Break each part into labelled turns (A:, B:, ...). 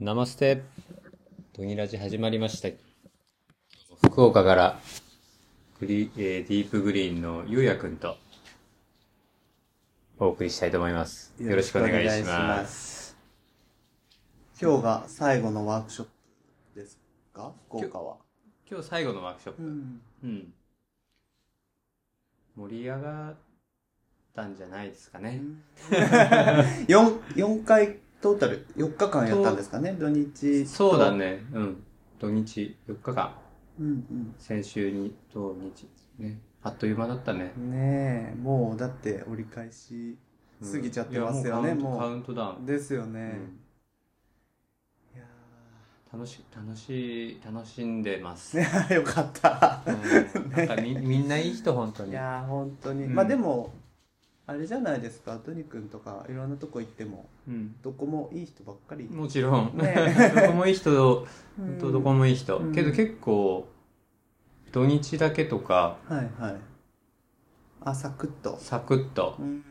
A: ナマステドニラジ始まりました。福岡からグリ、えーディープグリーンのゆうやくんとお送りしたいと思います。よろしくお願いします。
B: す。今日が最後のワークショップですか福岡は。
A: 今日最後のワークショップ。
B: ん。
A: うん。盛り上がったんじゃないですかね。
B: 4、4回トータル4日間やったんですかね土日。
A: そうだ。ね。うん。土日4日間。
B: うん
A: 先週に土日。ね。あっという間だったね。
B: うん。ねえ、もうだって折り返し過ぎちゃってますよね、
A: いや
B: も
A: も
B: う。
A: うカウントカウントダウン。
B: ですよ
A: う
B: ね。
A: ん
B: いや
A: 楽し楽しい楽しんでます、
B: ーよかった。
A: うんなんか みみんないい人本当
B: い
A: に
B: やー本当に、
A: うん
B: まあでもあれじゃないですかトニ君とかいろんなとこ行っても
A: うん
B: どこもいい人ばっかり、
A: もちろん、
B: ね
A: どこもいい人
B: うん
A: とどこもいい人、
B: うん
A: けど結構土日だけとか
B: はいはいあサクッと
A: サクッと
B: う、ん
A: うん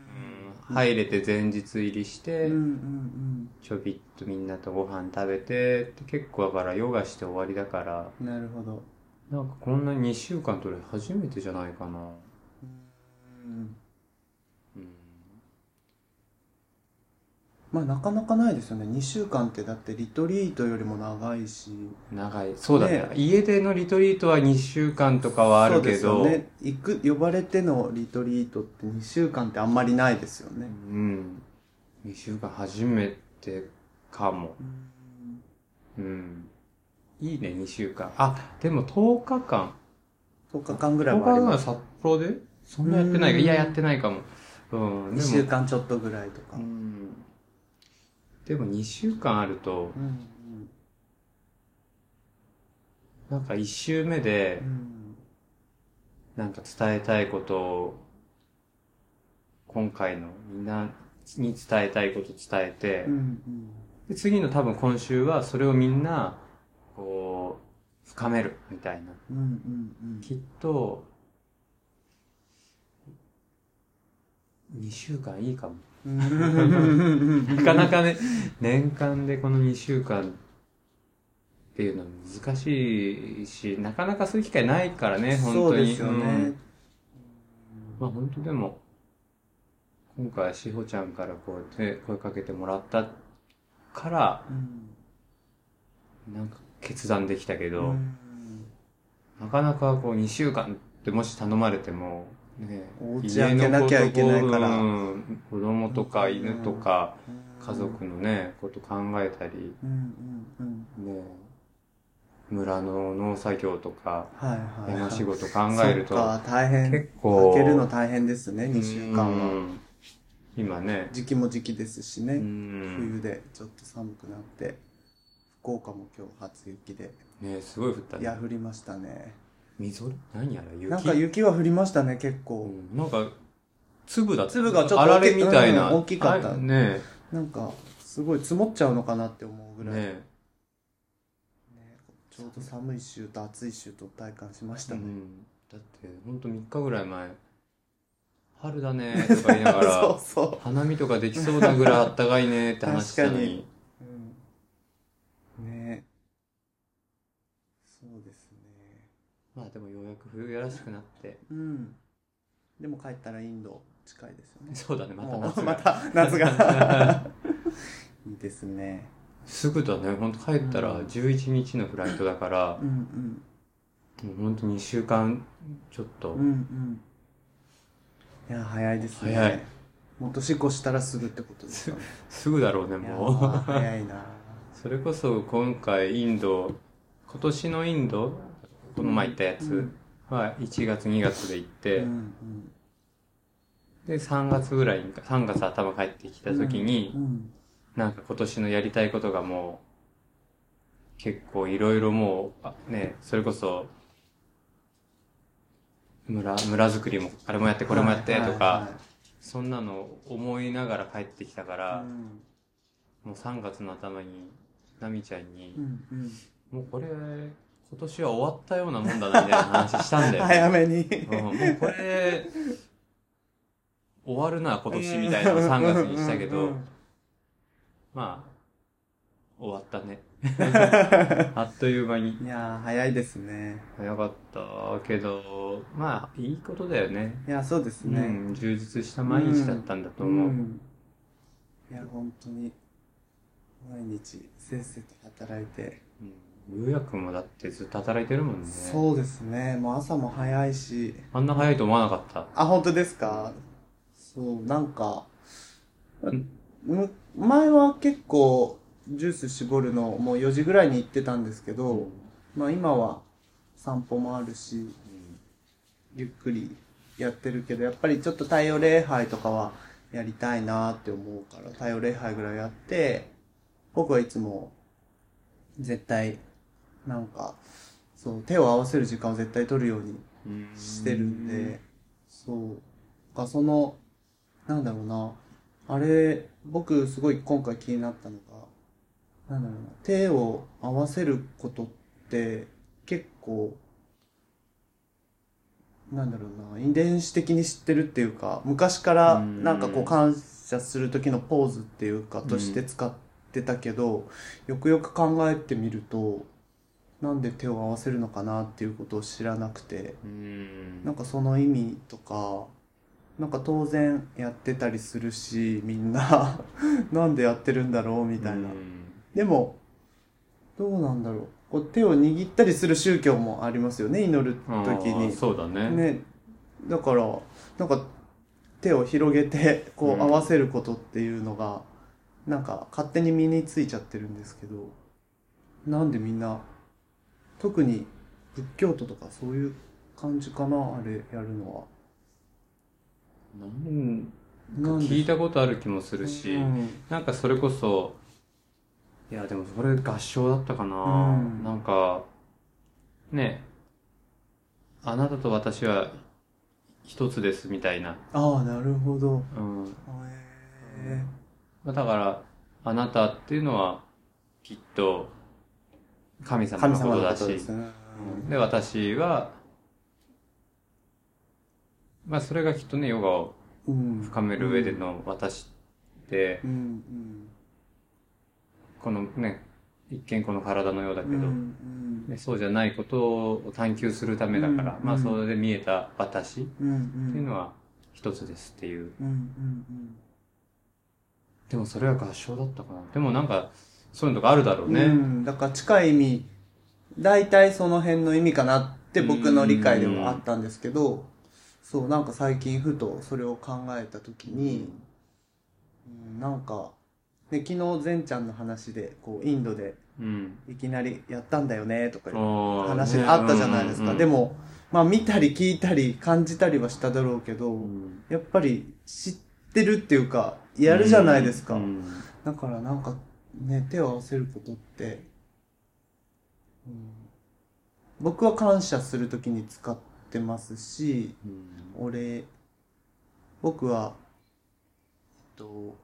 A: 入れて前日入りし
B: うん
A: て、
B: うん
A: ちょびっとみんなとご飯食べてって結構だからヨガして終わりだから
B: うんなるほど
A: なんかこんな2週間とる初めてじゃないかな
B: うん
A: うん
B: まあなかなかないですよね2週間ってだってリトリートよりも長いし
A: 長いそうだね
B: ね
A: 家でのリトリートは2週間とかはあるけ
B: そ
A: ど
B: うですよね行く呼ばれてのリトリートって2週間ってあんまりないですよね、
A: うん。2週間初めてかも。
B: うん
A: うん。いいね、2週間。あ、でも10日間。
B: 10日間ぐらい
A: 10日
B: はあり
A: 間
B: ま
A: は
B: す
A: 札幌でそんなやってないか。
B: うん
A: いや、やってないかも。うん。
B: 2
A: で
B: 週
A: も、
B: 間ちょっとぐらいとか、
A: うん。でも2週間あると、
B: うん
A: なんか1週目で
B: う、ん
A: なんか伝えたいことを、今回のみんなに伝えたいこと伝えて、
B: うん
A: で次の多分今週はそれをみんなこう深めるみたいな
B: うんうんうん
A: きっと2週間いいかも
B: うんう ん
A: なかなかね年間でこの2週間っていうのは難しいしなかなかそういう機会ないからね本
B: そう
A: 当に
B: ですよね、
A: うんまあ本当でも今回はしほちゃんからこうやって声かけてもらったから
B: うん
A: なんか決断できたけど、
B: うん
A: なかなかこう2週間ってもし頼まれても、ね、
B: お家開けなきゃいけないから
A: 家のことうん子供とか
B: うん
A: 犬とか家族のね、こと考えたり、
B: うんうんうん
A: ね、村の農作業とか、
B: はいはい、はい、
A: 山仕事考えると
B: そっか大変
A: 結構
B: 開けるの大変ですね2週間
A: う
B: は
A: ん今ね、
B: 時期も時期ですしね、
A: うん
B: 冬でちょっと寒くなって福岡も今日初雪で
A: ね、すごい降った
B: いや
A: ね。
B: 降りましたね
A: みぞれ何やら雪
B: なんか雪は降りましたね結構、
A: うんなんか粒だ
B: 粒がちょっと
A: あられみたいな。
B: うん大きかった
A: あれね
B: なんかすごい積もっちゃうのかなって思うぐらい、
A: ね
B: ねちょうど寒い週と暑い週と体感しました
A: う
B: ね。
A: ん、だってほんと3日ぐらい前「春だね」 とか言いなが
B: そう
A: ら
B: そ
A: 花見とかできそうなぐらいあったかいねって話したのに
B: う。うん、ねそうですね。
A: まあでもようやく冬らしくなって
B: うん。でも帰ったらインド近いですよね。
A: そうだ ねまた
B: もう
A: 夏
B: ま
A: が
B: た夏が。 いいですね。
A: すぐだねほんと帰ったら
B: うん
A: 11日のフライトだから
B: う、ん
A: もうほんと2週間ちょっ
B: う
A: と
B: ん。うんうん。いや、早いですね。
A: 早い。
B: もう年越したらすぐってことですかね。
A: すぐだろうね
B: いや
A: も
B: ー
A: う
B: 早いな。
A: それこそ今回インド今年のインドこの前行ったや
B: う
A: つ
B: ん
A: は1月2月で行って、
B: うんうん。
A: で、3月ぐらいにか、3月頭帰ってきた時に、
B: うん
A: なんか今年のやりたいことがもう、結構いろいろもう、あね、それこそ、村、村づくりも、あれもやって、これもやって、とか、
B: はいはいはい
A: そんなのを思いながら帰ってきたから
B: う、ん
A: もう3月の頭に、ナミちゃんに
B: う、んうん
A: もうこれ、今年は終わったようなもんだな、みたいな話したん だよ、ね。
B: 早めに。
A: うん、もうこれ、終わるな、今年みたいなのを3月にしたけ
B: うんう
A: ど
B: ん、
A: まあ、終わったね。 あっという間に。
B: いやー、早いですね。
A: 早かったけど、まあ、いいことだよね。
B: いや、そうですね。
A: うん、充実した毎日だったんだと思う。
B: んいや、本当に、毎日、せっせと働いて、
A: うん、ゆうやくんもだってずっと働いてるもんね。
B: そうですね。もう朝も早いし、
A: あんな早いと思わなかった。
B: あ、本当ですかそう、なんか、
A: うん
B: む前は結構、ジュース絞るの、もう4時ぐらいに行ってたんですけど、まあ今は散歩もあるし、ゆっくりやってるけど、やっぱりちょっと太陽礼拝とかはやりたいなって思うから、太陽礼拝ぐらいやって、僕はいつも絶対、なんか、そう、手を合わせる時間を絶対取るように
A: うん
B: してるんで、そう。が、その、なんだろうな。あれ、僕すごい今回気になったのが、なんだろうな。手を合わせることって結構、なんだろうな。遺伝子的に知ってるっていうか、昔から
A: うん
B: なんかこう感謝する時のポーズっていうか、として使ってたけど、よくよく考えてみると、なんで手を合わせるのかなっていうことを知らなくて、
A: うん。
B: なんかその意味とか、なんか当然やってたりするし、みんな、 なんでやってるんだろうみたいな
A: う。ん
B: でも、どうなんだろう。こう手を握ったりする宗教もありますよね、祈る
A: あー
B: 時に。
A: そうだね。
B: ね。だから、なんか手を広げて、こ
A: うん
B: う合わせることっていうのが、なんか勝手に身についちゃってるんですけど、なんでみんな、特に仏教徒とかそういう感じかな、あれやるのは。
A: なん
B: なんで
A: 聞いたことある気もするし、
B: うん
A: なんかそれこそ、いや、でもそれ合唱だったかな、
B: うん
A: なんか、ね、あなたと私は一つですみたいな。
B: ああ、なるほど。
A: うん。
B: へえ
A: まあだから、あなたっていうのは、きっと、神様
B: 神
A: のこ
B: 様
A: と
B: の
A: だ
B: ことで
A: し
B: す、ね。
A: で、私は、まあそれがきっとね、ヨガを
B: うん。
A: 深める上での私って、
B: うん。うん。
A: このね、一見この体のようだけ
B: う
A: ど、
B: ん。
A: ねそうじゃないことを探求するためだから、
B: うん
A: まあ
B: うん
A: それで見えた私っ
B: うん。うん。
A: ていう
B: うん。
A: のは一つですっていう。
B: うん。うん。
A: でもそれは合唱だったかな。でもなんか、そういうのがあるだろうね。
B: うん、だから近い意味、大体その辺の意味かなって僕の理解ではあったんですけど、そう、なんか最近ふとそれを考えた時に、うんなんか、で昨日善ちゃんの話で、こう、インドで
A: うん。
B: いきなりやったんだよね、とかいう
A: おー
B: 話
A: ね
B: あったじゃないです
A: うん
B: か。
A: うん
B: でも、まあ見たり聞いたり感じたりはしただろうけ
A: う
B: ど、
A: ん
B: やっぱり知ってるっていうか、やるじゃないですか
A: う。ん
B: だからなんかね、手を合わせることって、うん僕は感謝するときに使ってますし、
A: うん
B: 俺、僕は、えっと、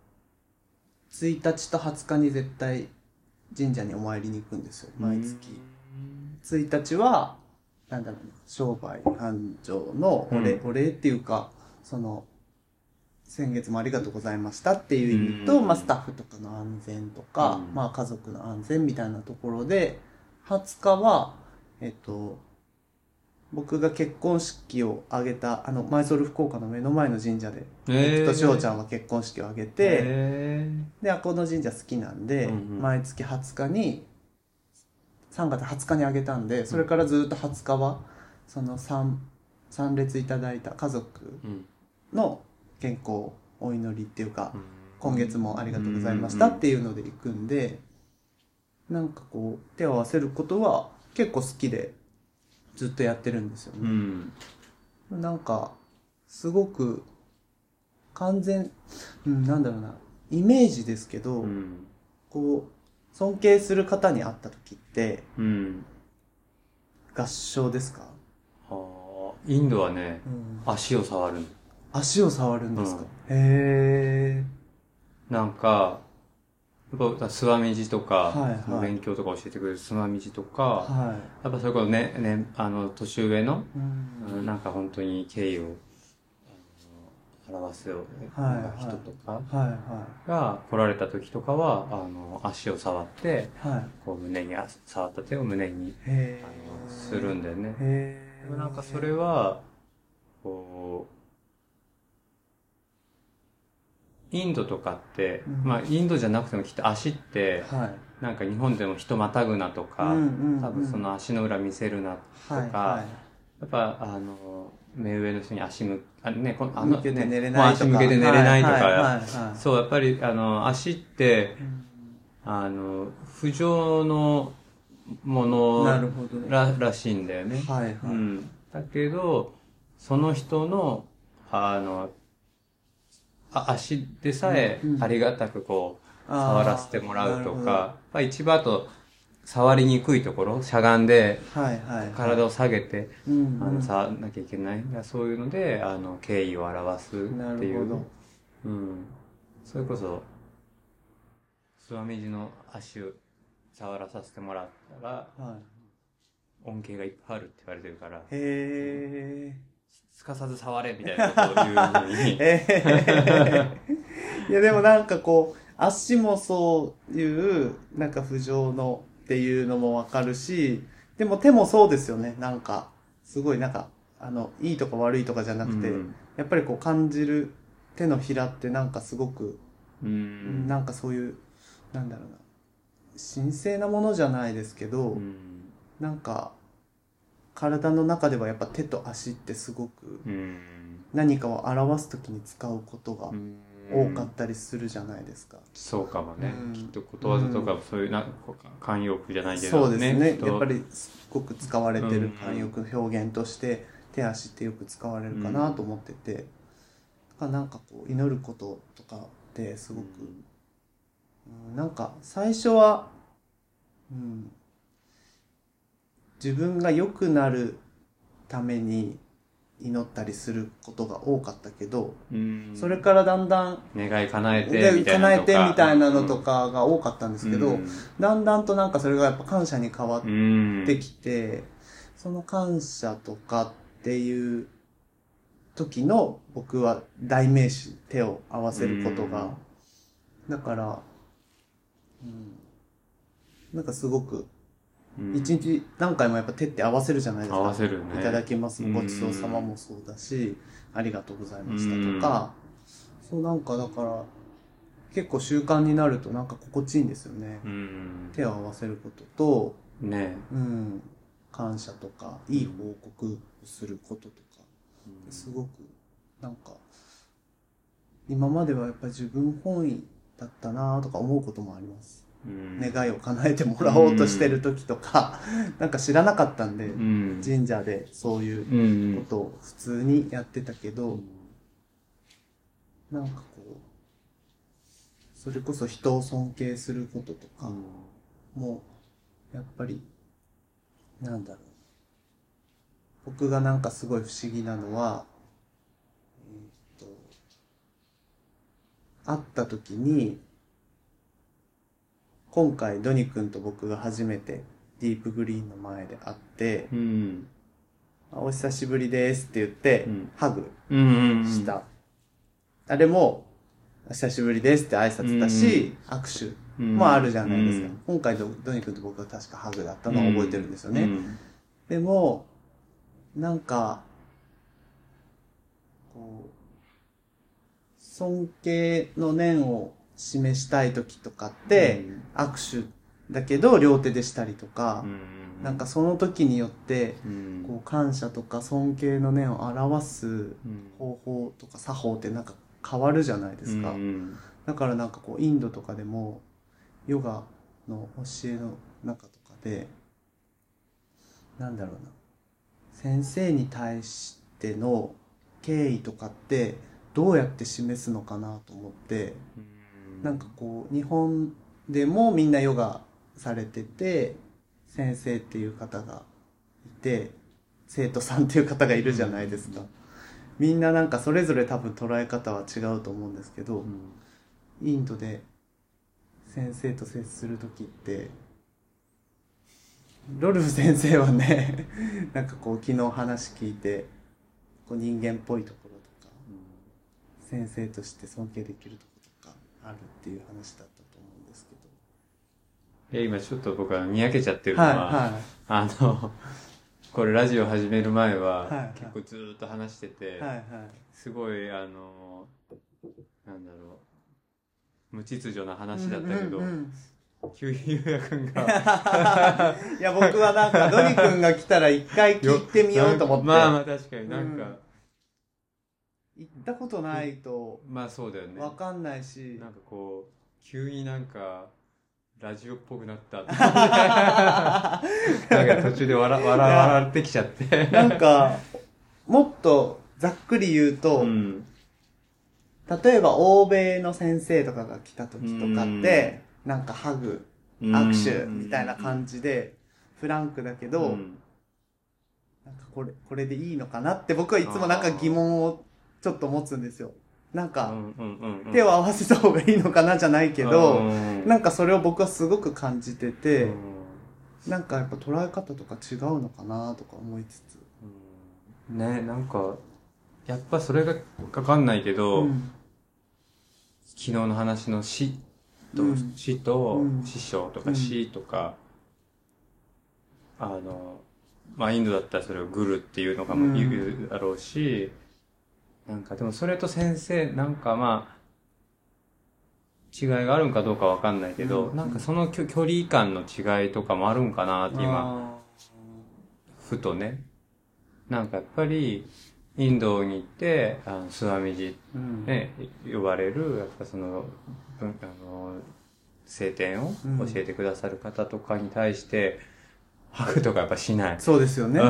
B: 1日と20日に絶対神社にお参りに行くんですよ、毎月。1日は、なんだろうな、商売繁盛のお礼、
A: う
B: お礼っていうか、その、先月もありがとうございましたっていう意味と、
A: うん
B: まあスタッフとかの安全とか、
A: うん
B: まあ家族の安全みたいなところで、20日は、えっと、僕が結婚式を挙げた、あの、マイソール福岡の目の前の神社で、
A: え
B: 僕としおちゃ
A: ん
B: んは結婚式を挙げて、
A: えー
B: で、あこの神社好きなんで、
A: うんうん
B: 毎月20日に、3月20日にあげたんで、それからずっと20日は、その参、参列いただいた家族
A: うん
B: の健康、お祈りっていうか、
A: うん
B: 今月もありがとうございましたっていうので行くんで、なんかこう、手を合わせることは結構好きで、ずっとやってるんですよね。
A: うん
B: なんか、すごく、完全、うん、なんだろうな、イメージですけど、
A: うん
B: こう、尊敬する方に会った時って、
A: うん
B: 合唱ですか、
A: あーインドはね足を触るの
B: 足を触るんですか、へ
A: なんかやっぱスワミジとか、
B: はいはい
A: その勉強とか教えてくれるスワミジとか、
B: ー。は
A: やっぱそれこそねねあの年上の、
B: い。うん。
A: なんか本当に敬意をあ表すよう
B: はい
A: な人とか
B: はいは
A: が来られた時とかは、あの、足を触って、
B: い。はい。
A: こう胸に、あ触った手を胸に、
B: へ
A: あ
B: え。
A: の、するんだよね。
B: へえ。
A: なんかそれは、こう、インドとかって、
B: うん
A: まあインドじゃなくてもきっと足って、
B: はい。
A: なんか日本でも人またぐなとか、
B: うんうんうん
A: 多分その足の裏見せるなとか、
B: はいは
A: やっぱあの目上の人に足向あねこあの
B: 向けて
A: ね
B: 寝れないとか
A: もう足向けて寝れないとか、
B: はいはいはい
A: そうやっぱりあの足って
B: い。うん
A: あの不浄のも
B: なる
A: の
B: ほどね。
A: ららしいんだよね、
B: はいはい。
A: うん、だけどその人のあのあ足でさえ
B: うんうん
A: ありがたくこう、
B: あー
A: 触らせてもらうと
B: なる
A: か、まあ、一番あと触りにくいところしゃがんで
B: ほどはいはい。
A: 体を下げて、
B: うん、
A: あの触らなきゃいけないそういうのであの敬意を表すっていう
B: なるほど
A: うん、それこそつわみじの足を触らさせてもらったら
B: はい。
A: 恩恵がいっぱいあるって言われてるから
B: へ
A: すかさず触れみたいなことを言うふうに
B: え。え え。いやでもなんかこう、足もそういう、なんか浮上のっていうのもわかるし、でも手もそうですよね。なんか、すごいなんか、あの、いいとか悪いとかじゃなくて、
A: うん
B: やっぱりこう感じる手のひらってなんかすごく、
A: うん
B: なんかそういう、なんだろうな、神聖なものじゃないですけど、
A: うん
B: なんか、体の中ではやっぱ手と足ってすごく
A: うん
B: 何かを表すときに使うことが多かったりするじゃないですか。
A: そうかもね、
B: うん
A: きっとことわざとかそういうなんかこう慣用句じゃないけど
B: そうですね。
A: きと
B: やっぱりすっごく使われて
A: う
B: る
A: ん
B: 慣用句の表現として手足ってよく使われるかなと思ってて、だからなんかこう祈ることとかってすごく、うんなんか最初は、うん、自分が良くなるために祈ったりすることが多かったけど、
A: うん
B: それからだんだん、
A: 願い叶えて
B: で
A: みたい
B: 叶
A: な
B: え
A: とか
B: てみたいなのとかが多かったんですけど、
A: うん
B: だんだんとなんかそれがやっぱ感謝に変わっ
A: うん
B: てきて、その感謝とかっていう時の僕は代名詞、手を合わせることが、だから、うん、なんかすごく、
A: うん
B: 一日何回もやっぱ手って合わせるじゃないですか。
A: 合わせるよね
B: いただきます。
A: うん
B: ごちそうさまもそうだし、ありがとうございましたとか、そうなんかだから、結構習慣になるとなんか心地いいんですよね。
A: うん
B: 手を合わせることと、
A: ね
B: うん、感謝とか、いい報告をすることとか、すごく、なんか、今まではやっぱり自分本位だったなとか思うこともあります。
A: うん
B: 願いを叶えてもらおうとしてる時とか、なんか知らなかったんで、
A: うん
B: 神社でそういう
A: う
B: こ
A: ん
B: とを普通にやってたけど、なんかこう、それこそ人を尊敬することとか、もう、やっぱり、なんだろう。僕がなんかすごい不思議なのは、えーっと、会った時に、今回ドニ君と僕が初めてディープグリーンの前で会って、
A: うん
B: あお久しぶりですって言って、
A: うん
B: ハグ
A: うん
B: し、た。あれも、お久しぶりですって挨拶だし、握手
A: うん
B: まああるじゃないですか。
A: うん
B: 今回ド、ドニ君と僕は確かハグだったのを覚えてるんですよね。
A: うん
B: でも、なんか、こう、尊敬の念を示したい時とかって、握手だけど両手でしたりとか
A: う、ん
B: なんかその時によって、
A: うん
B: こう感謝とか尊敬の念を表す
A: うん
B: 方法とか作法ってなんか変わるじゃないですか。
A: うん
B: だからなんかこうインドとかでもヨガの教えの中とかでなんだろうな先生に対しての敬意とかってどうやって示すのかなと思って
A: うん
B: なんかこう日本でもみんなヨガされてて先生っていう方がいて生徒さんっていう方がいるじゃないですか。みんななんかそれぞれ多分捉え方は違うと思うんですけど、
A: うん
B: インドで先生と接する時ってロルフ先生はね なんかこう昨日話聞いてこう人間っぽいところとか先生として尊敬できるとことかあるっていう話だったと思うんですけど。
A: え、今ちょっと僕はにやけちゃってるのは、
B: はいは
A: あの、これラジオ始める前は、
B: はいはい
A: 結構ずーっと話してて、
B: い。はいはい。
A: すごい、あの、なんだろう、無秩序な話だったけど、
B: うんうんうん
A: 急にゆうやくんが、
B: いや、僕はなんか、ドリ君が来たら一回聞いてみようと思って。
A: まあまあ確かになんか、
B: 行ったことないと、
A: まあそうだよね。
B: わかんないし
A: な。んかこう、急になんか、ラジオっぽくな った。なんか途中で笑、笑、笑ってきちゃって。
B: なんか、もっとざっくり言うと、
A: うん。
B: 例えば欧米の先生とかが来た時とかって、なんかハグ、握手みたいな感じで、フランクだけ
A: じ
B: ど、なんかこれ、これでいいのかなって僕はいつもなんか疑問をちょっと持つんですよ。なんか、手を合わせた方がいいのかなじゃないけど、
A: な
B: なんんかそれを僕はすごく感じて
A: う
B: て、
A: ん
B: なんかやっぱ捉え方とか違うのかなとか思いつつ。
A: うんね、なんか、やっぱそれがわかんないけど、
B: ん。
A: 昨日の話の死と、
B: うん
A: 死と
B: うん
A: 師匠と
B: う
A: か
B: ん
A: 死とか、あの、まあインドだったらそれをグルっていうのか
B: うん
A: も言うだろうし、なんかでもそれと先生、なんかまあ、違いがあるんかどうかわかんないけど、
B: うん
A: なんかその距距離感の違いとかもあるんかなって今、ふとね。なんかやっぱり、インドに行って、あのスワミジ
B: あー、うん。
A: ね、呼ばれる、やっぱその、文あの、聖典を
B: うん
A: 教えてくださる方とかに対して、ハグとかやっぱしない。
B: そうですよね。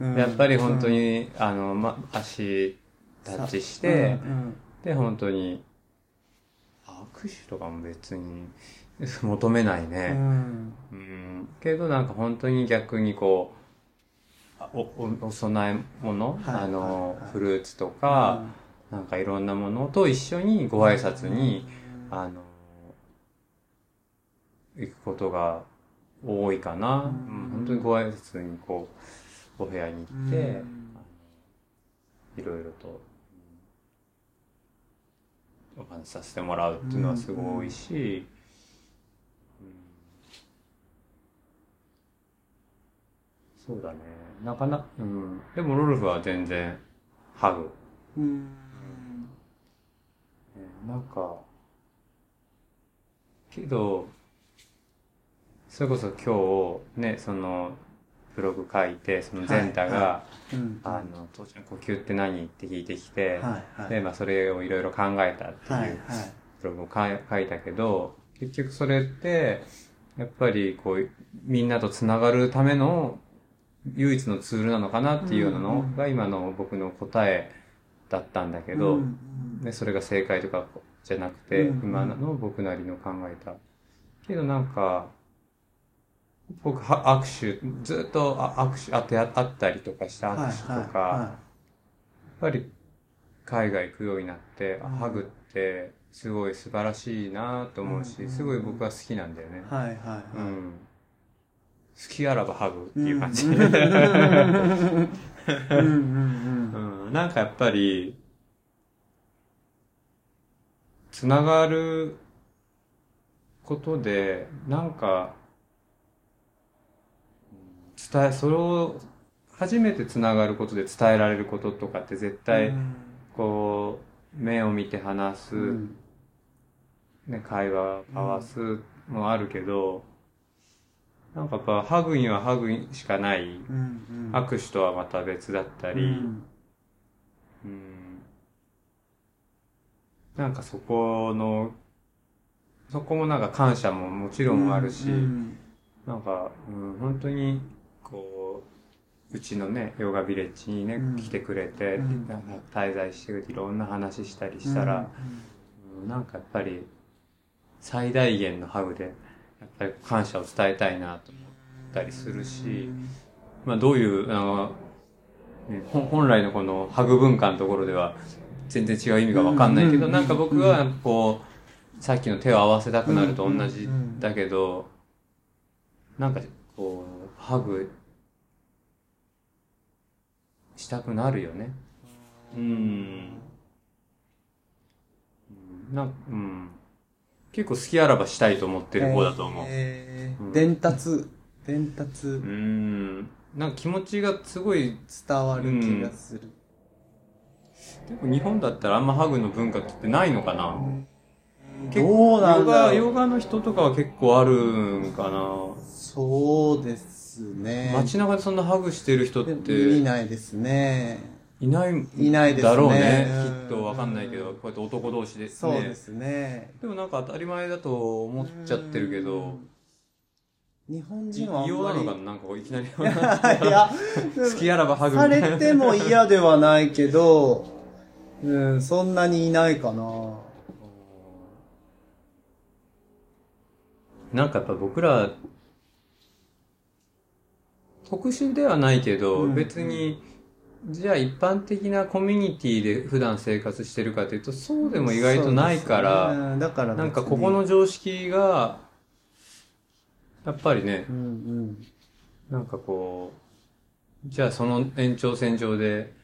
A: う
B: うん
A: ん。やっぱり本当に、あの、ま、足タッチして、
B: うんうん
A: で、本当に、握手とかも別に 求めない
B: うん
A: ね。うん。けどなんか本当に逆にこう、あお、お、お供え物、
B: はい
A: あの、
B: はいはい
A: フルーツとか、なんかいろんなものと一緒にご挨拶に、
B: うん
A: あの、行くことが多いかな。
B: うん
A: うん本当にご挨拶にこう、お部屋に行って、
B: うん
A: あのいろいろと、うんお話しさせてもらうっていうのはすごい多いし、うんそうだね。なかなか、うん。でもロルフは全然、ハグ。
B: うん
A: ねなんか、けど、それこそ今日、ね、その、ブログ書いて、その前太が、
B: うん
A: あの、父ちゃん呼吸って何って聞いてきて、
B: はいはい
A: で、まあそれをいろいろ考えたって
B: は
A: い
B: いはいう
A: ブログをか書いたけど、結局それって、やっぱりこう、みんなとつながるための唯一のツールなのかなっていうようなのが今の僕の答えだったんだけど、
B: うんうん
A: ね、それが正解とかじゃなくて、
B: うんうん
A: 今の僕なりの考えた。けどなんか、僕は握手、ずっとあ握手、あってあ会ったりとかした握手とか、
B: はい
A: やっぱり海外行くようになって、あ
B: うん
A: ハグってすごい素晴らしいなと思うし、
B: うんうん
A: すごい僕は好きなんだよね。
B: はいはいは
A: う
B: いはい
A: ん。好きあらばハグっていう感じ。
B: うんうんうんうん
A: うん、なんかやっぱり、つながることで、なんか、うん伝え、それを、初めてつながることで伝えられることとかって絶
B: う
A: 対、
B: ん
A: こう、目を見て話す、
B: うん
A: ね、会話交わすもあるけど、なんかやっぱ、ハグにはハグしかない、
B: うんうん
A: 握手とはまた別だったり、
B: うん
A: うんなんかそこの、そこもなんか感謝ももちろんあるし、
B: うん
A: なんか、うん、本当に、こう、うちのね、ヨガビレッジにね、
B: うん
A: 来てくれて、
B: うん
A: なんか滞在してくれて、いろんな話したりしたら、うんなんかやっぱり、最大限のハグで、やっぱり感謝を伝えたいなと思ったりするし、まあ、どういう、あの、ねほん本来のこのハグ文化のところでは全然違う意味がわかんないけど、
B: うん
A: なんか僕はこう、さっきの手を合わせたくなると同じ
B: うんうん
A: だけど、なんかこう、ハグしたくなるよね。うん。なんうん、結構好きあらばしたいと思ってる方だと思う。
B: えー
A: うん
B: 伝達、伝達
A: うーん。なんか気持ちがすごい、
B: 伝わる気がする。
A: でも日本だったらあんまハグの文化ってないのかな結構
B: どうなんだろう
A: ヨガ、ヨガの人とかは結構あるんかな
B: そうですね。
A: 街中でそんなハグしてる人っ
B: 見
A: て
B: ないですね。
A: いない
B: いないですね
A: だろうね
B: う
A: き
B: ん。
A: っとわかんないけど、こうやって男同士で、ね。
B: そうですね。
A: でもなんか当たり前だと思っちゃってるけど、
B: 日本
A: 異
B: 人はあん
A: 様なのか
B: ま
A: ななんかこういきなり。
B: り。いや、
A: 好きあらばハグ
B: さ
A: みたいな
B: れても嫌ではないけど、うん、そんなにいないかな。
A: なんかやっぱ僕ら、特殊ではないけど、
B: うん
A: 別に、じゃあ一般的なコミュニティで普段生活してるかというと、そうでも意外とないから、
B: そうですねだから
A: なんかここの
B: 別
A: 常識が、やっぱりね
B: に、、うん
A: なんかこう、じゃあその延長線上で、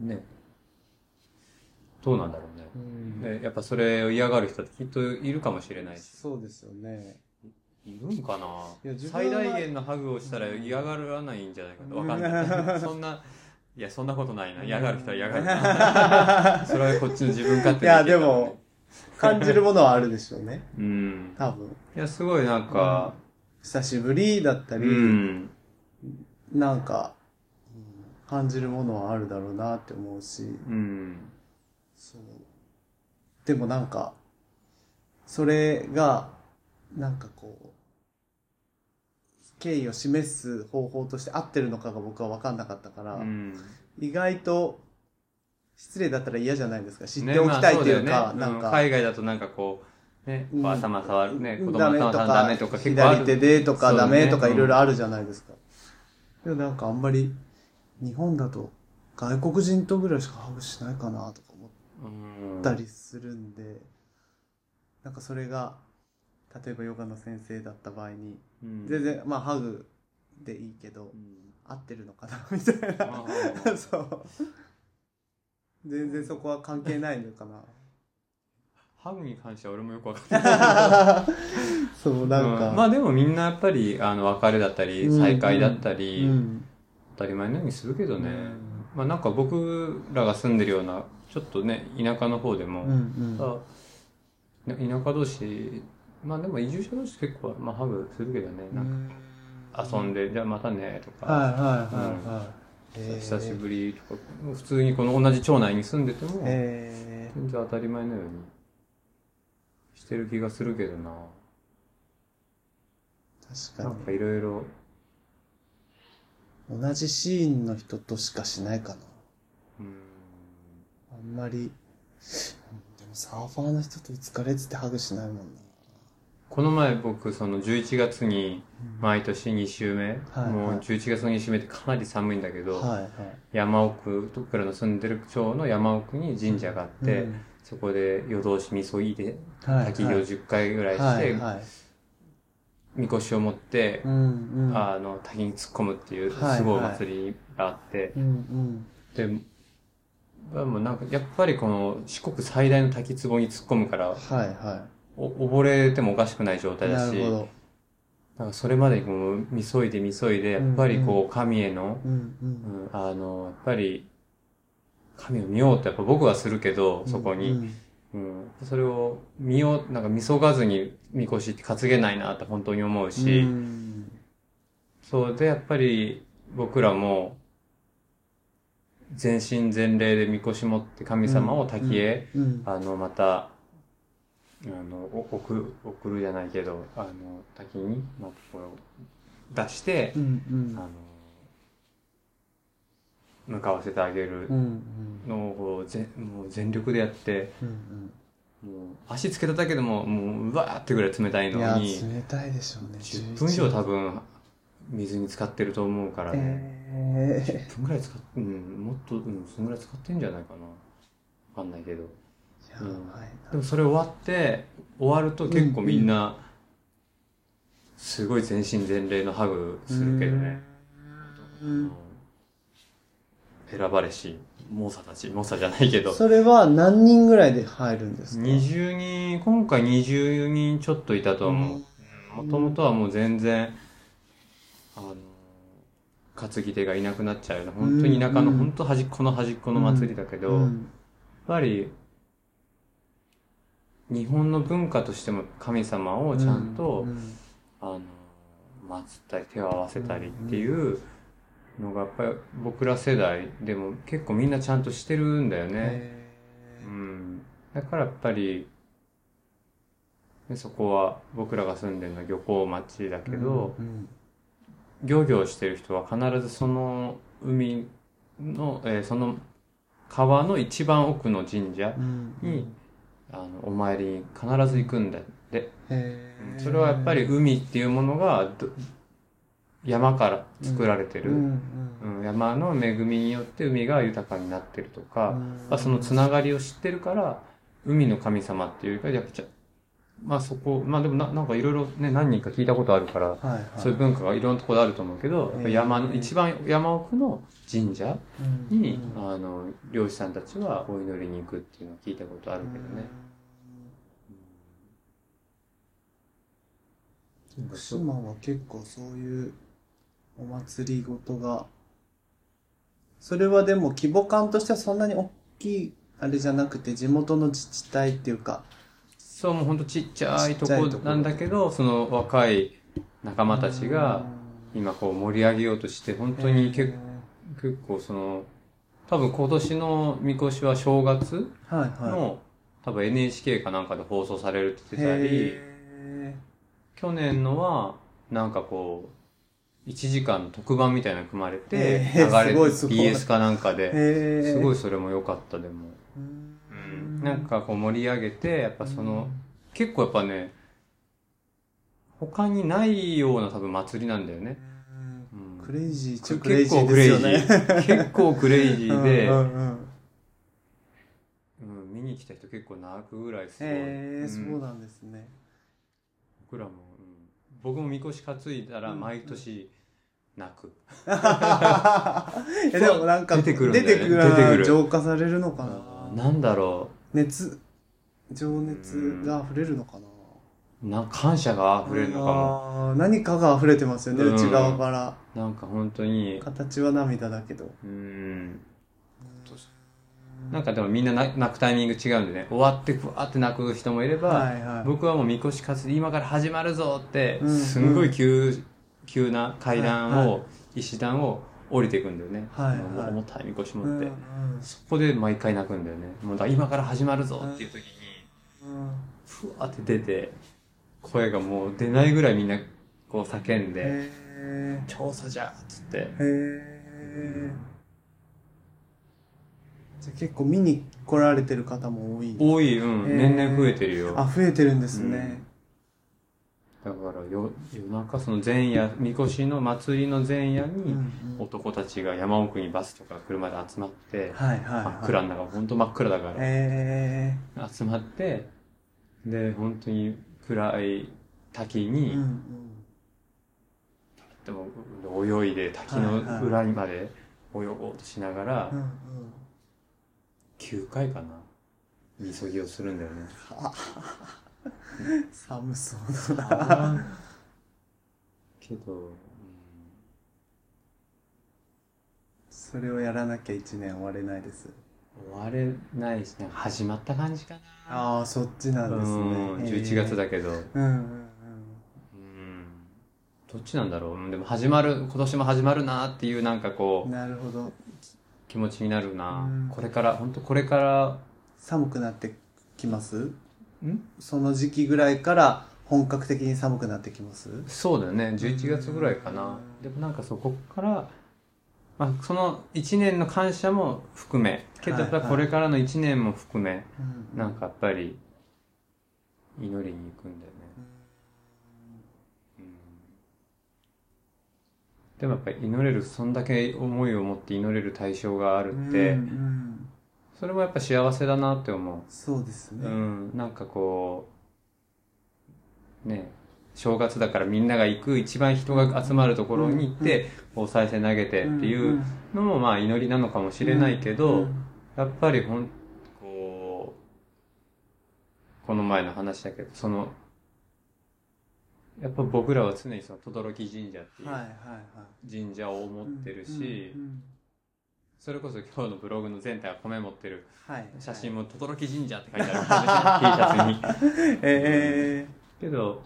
A: ね、どうなんだろうね。
B: うん。
A: でやっぱそれを嫌がる人ってきっといるかもしれないし。
B: そうですよ ね。
A: いるんかない
B: や自分
A: 最
B: は
A: 大限のハグをしたら嫌がらないんじゃないかと。わかん ない。そんな、いや、そんなことないな。嫌がる人は嫌がる な。それはこっちの自分勝手
B: いやでも。感じるものはあるでしょうね。
A: うん。
B: 多分。
A: いや、すごいなんか、
B: 久しぶりだった
A: う
B: り、
A: ん。
B: なんか、うん感じるものはあるだろうなって思うし、
A: うん。
B: そう。でもなんか、それが、なんかこう、敬意を示す方法として合ってるのかが僕は分かんなかったから、
A: うん
B: 意外と、失礼だったら嫌じゃないですか。知っておきたいという
A: ねま
B: か
A: あ、
B: な
A: そだよね
B: ん
A: う
B: か、
A: 海外だとなんかこう、ね、こう
B: うん
A: 頭触るね、子供
B: ダメ
A: 頭
B: と
A: 触る
B: か
A: ダメとか結構ある。
B: 左手でとか
A: そうだ
B: ダ
A: ね
B: メとかいろいろあるじゃないですか。でもなんかあんまり、日本だと外国人とぐらいしかハグしないかなとか思
A: うん
B: ったりするんで、なんかそれが、例えばヨガの先生だった場合に、
A: うん
B: 全然、まあハグでいいけど
A: う、ん
B: 合ってるのかなみたいな。 そう。全然そこは関係ないのか な。
A: ハグに関しては俺もよくわかん ない。
B: そう、なんか。
A: うんまあでもみんなやっぱり、あの、別れだったり、
B: うん
A: 再会だった
B: う
A: り、
B: ん、
A: 当たり前のようにするけどね。まあなんか僕らが住んでるような、ちょっとね、田舎の方でも、
B: うんうん。
A: さね田舎同士、まあでも移住者同士結構、まあハグするけどね、なんか遊んで、じゃあまたね、とか。
B: はいはいはいはい。
A: 久しぶりとか、普通にこの同じ町内に住んでても、
B: え
A: 全然当たり前のようにしてる気がするけどな。なん
B: ー、確か
A: かいろいろ、
B: に。同じシーンの人としかしないかな。
A: うん、
B: あんまり。うんでもサーファーの人と疲れつってハグしないもんな。
A: この前僕その11月に毎年2週目、
B: はい
A: もう11月の2週目ってかなり寒いんだけど、
B: はいはい。
A: 山奥、僕らの住んでる町の山奥に神社があって、
B: うん
A: そこで夜通しみそいで、
B: はいはい
A: 滝行10回ぐらいして、
B: はいはい。
A: みこしを持って
B: う、んうん。
A: あの、滝に突っ込むっていう、す
B: はい
A: ごいお
B: はい
A: 祭りがあって、
B: うんうん。
A: で、まあもうなんか、やっぱりこの四国最大の滝壺に突っ込むから、
B: はいは
A: お溺れてもおかしくない状
B: い。
A: 態
B: な
A: だし
B: る、ほど。
A: なんかそれまでにもう、みそいでみそいで、やっぱり
B: うん
A: こう、神への、
B: うん
A: う
B: う。
A: んんあの、やっぱり、神を見ようってやっぱ僕はするけど、そこ
B: う
A: に。
B: ん
A: うんそれを見よう、なんか見そがずにみこしって担げないなって本当に思う
B: う
A: し、
B: ん。
A: そうで、やっぱり僕らも、全身全霊でみこし持って神様を滝へ、
B: うん。
A: あの、また、あの、お送る、送るじゃないけど、あの、滝に、まあ、これを出してあ
B: う、ん
A: の、向かわせてあげる
B: うん。うん
A: のを全、もう全力でやって、
B: うん
A: もう足つけただけでも、もう、うわーってぐらい冷たい
B: うん。いや、
A: のに、
B: 冷たいでしょうね。
A: 10分以上多分、水に浸かってると思うからね。
B: ええ
A: 10分ぐらい使っ、うん、もっと、うん、そのぐらい使ってんじゃないかな。わかんないけど。
B: やばいな
A: でもそれ終わって、終わると結構みんな、すごい全身全霊のハグするけどね。
B: うん
A: うん選ばれし、猛者たち、猛者じゃないけど、
B: それは何人ぐらいで入るんですか
A: 20人、今回20人ちょっといたと思う。もともとはもう全然、あの、担ぎ手がいなくなっちゃうような、本当に田舎の、
B: うん
A: 本当端っこの端っこの祭りだけど、
B: う
A: やっ
B: ん
A: ぱり、日本の文化としても神様をちゃんと、
B: う
A: あの、祀ったり手を合わせたりっていうのが、やっぱり僕ら世代でも結構みんなちゃんとしてるんだよね。
B: へ
A: うん。だからやっぱり、ねそこは僕らが住んでるのは漁港町だ
B: ー
A: けど、
B: うん
A: 漁業してる人は必ずその海の、えーその川の一番奥の神社
B: うん
A: に、あのお参りに必ず行くんだって。
B: へー
A: それはやっぱり海っていうものがど山から作られてる、
B: う
A: うん
B: ん
A: 山の恵みによって海が豊かになってると
B: う
A: か、
B: ん
A: まあそのつながりを知ってるから海の神様っていうよりかやっぱちゃまあそこまあでもななんかいろいろね何人か聞いたことあるから
B: はいはい
A: そういう文化がいろんなところであると思うけど、やっぱ山の一番山奥の神社に、
B: うん
A: あの漁師さんたちはお祈りに行くっていうのを聞いたことあるけどね。
B: うん徳島は結構そういうお祭りごとがそれはでも規模感としてはそんなに大きいあれじゃなくて地元の自治体っていうか
A: そう、もうほんとちっちゃいとこ
B: ちっちゃいとこ
A: なんだけど、その若い仲間たちが
B: うん
A: 今こう盛り上げようとして、本当に結,、結構その、多分今年のみこしは正月
B: えーはいはい
A: の、多分 NHK かなんかで放送されるって言ってたり、
B: へ
A: 去年のはなんかこう、1時間の特番みたいなの組まれて、
B: へー
A: 流れ
B: すごいすごい
A: BS かなんか
B: ー
A: で、
B: へー
A: すごいそれも良かったでも。
B: う
A: うんなんかこう盛り上げて、やっぱその、結構やっぱね、他にないような多分祭りなんだよね。
B: うん
A: うん
B: クレイジー
A: 結
B: 中
A: 構
B: クレイジーですよね
A: クレイジ ー結構クレイジーで、
B: う
A: うん
B: んうんうん
A: 見に来た人結構泣くぐらいすごい。
B: へえ
A: ん
B: そうなんですね
A: 僕らも、うん僕もみこし担いだら毎年泣く。
B: いやでもなんか
A: 出てくるんだよね
B: 出てくるな
A: 出てくる
B: 浄化されるのか
A: あー
B: な
A: なんだろ
B: 熱情熱が溢れるのかな
A: う、な感謝が溢れるのかも。
B: あー何かが溢れてますよね
A: うん
B: 内側から
A: なんか本当に、
B: 形は涙だけど
A: うん。なんかでもみんな泣泣くタイミング違うんでね、終わってふわーって泣く人もいれば、
B: はいはい
A: 僕はもうみこし担いで今から始まるぞって
B: うん
A: すんごい急,、急な階段を、
B: はい
A: 石段を降りていくんだよね、
B: はいはい
A: もう重たいみこし
B: うん
A: 持っ
B: うん
A: て、そこで毎回泣くんだよねもうだから今から始まるぞっていう時に
B: うん
A: ふわって出て声がもう出ないぐらいみんなこう叫んで
B: へえ
A: 「調査じゃ!」っつって
B: へえじゃあ結構見に来られてる方も多い
A: 多いうん、
B: へー
A: 年々増えてるよ
B: あ増えてるんですね、
A: だからよ夜中その前夜みこしの祭りの前夜
B: うん
A: に
B: うん
A: 男たちが山奥にバスとか車で集まって、
B: はいはい、はい、
A: 真っ暗の中、本当真っ暗だから、
B: へえ
A: 集まって、で、本当に暗い滝に、
B: うんうん
A: でも泳いで滝の裏にまで泳ごうとしながら、
B: うんうん
A: 9回かな、みそぎをするんだよね。
B: 寒そうだな
A: けど、うん
B: それをやらなきゃ1年終われないです
A: 終われないし、なんか始まった感じか
B: ああそっちな
A: な。
B: んですね
A: うん、11月
B: だ
A: だけど、
B: うんうん
A: うん、どっちなんだろううん。でも始まる、今年も始まるなっていうなんかこう、
B: うんなるほど
A: 気持ちになるな
B: うん。
A: これから、本当これから、
B: 寒くなってきます
A: ん
B: その時期ぐらいから本格的に寒くなってきます
A: そうだよね11月ぐらいかな
B: うん
A: でもなんかそこから、まあ、その1年の感謝も含めけど
B: は
A: や
B: い
A: っぱこれからの1年も含め、
B: うん
A: なんかやっぱり祈りに行くんだよね、うんでもやっぱり祈れるそんだけ思いを持って祈れる対象があるって、
B: うんうん
A: それもやっぱ幸せだなって思う
B: そうです
A: う
B: ね
A: ん、なんかこう、ね、正月だからみんなが行く一番人が集まるところに行って、こうお賽銭投げてっていうのもまあ祈りなのかもしれないけど、やっぱりほん、こう、この前の話だけど、その、やっぱ僕らは常にその、轟神社ってい
B: は
A: う
B: いはいは
A: 神社を持っ
B: い。
A: てるし
B: うんう、ん
A: それこそ今日のブログの全体は米持ってる
B: はい。
A: 写
B: も。
A: 真も轟神社って書いてあ るんですよ T シャツに。
B: え
A: けど、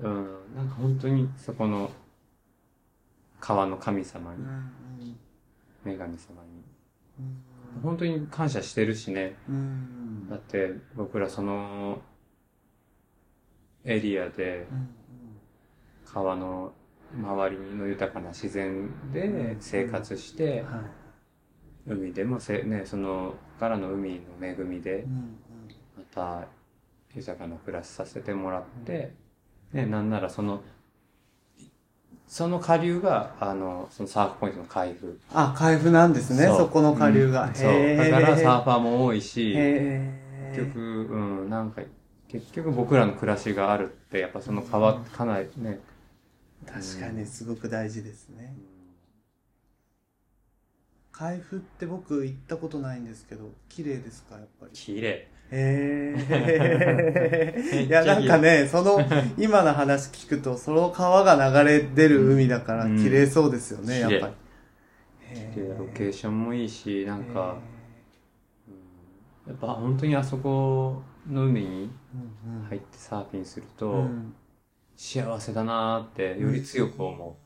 A: うん、なんか本当にそこの、川の神様
B: え
A: に、女神様に、
B: う
A: 本当に感謝してるしね。
B: ん
A: だって僕らそのエリアで川の周りの豊かな自然で生活して海でもせ、ね、そのからの海の恵みでまた豊かな暮らしさせてもらって、ね、なんならそのその下流があのそのサーフポイントの海部
B: あ、海部なんですね、
A: う
B: そこの下流が。
A: うんそうだからサー
B: フ
A: ファーも多いし、
B: へ
A: 結局、うん、なんか、結局僕らの暮らしがあるって、やっぱその変わ、かなりね、
B: 確かにすごく大事ですね。海部って僕行ったことないんですけど、綺麗ですか、やっぱり。
A: 綺麗。
B: へえ。
A: めっ
B: い
A: ちゃ
B: や、なんかね、その、今の話聞くと、その川が流れ出る海だから、
A: うん
B: 綺麗そうですよね、
A: 綺麗
B: やっぱり。へ
A: で、ロ
B: ー
A: ケーションもいいし、なんか、やっぱ本当にあそこの海に
B: うんうん
A: 入ってサーフィンすると、
B: うん
A: 幸せだなーって、より強く思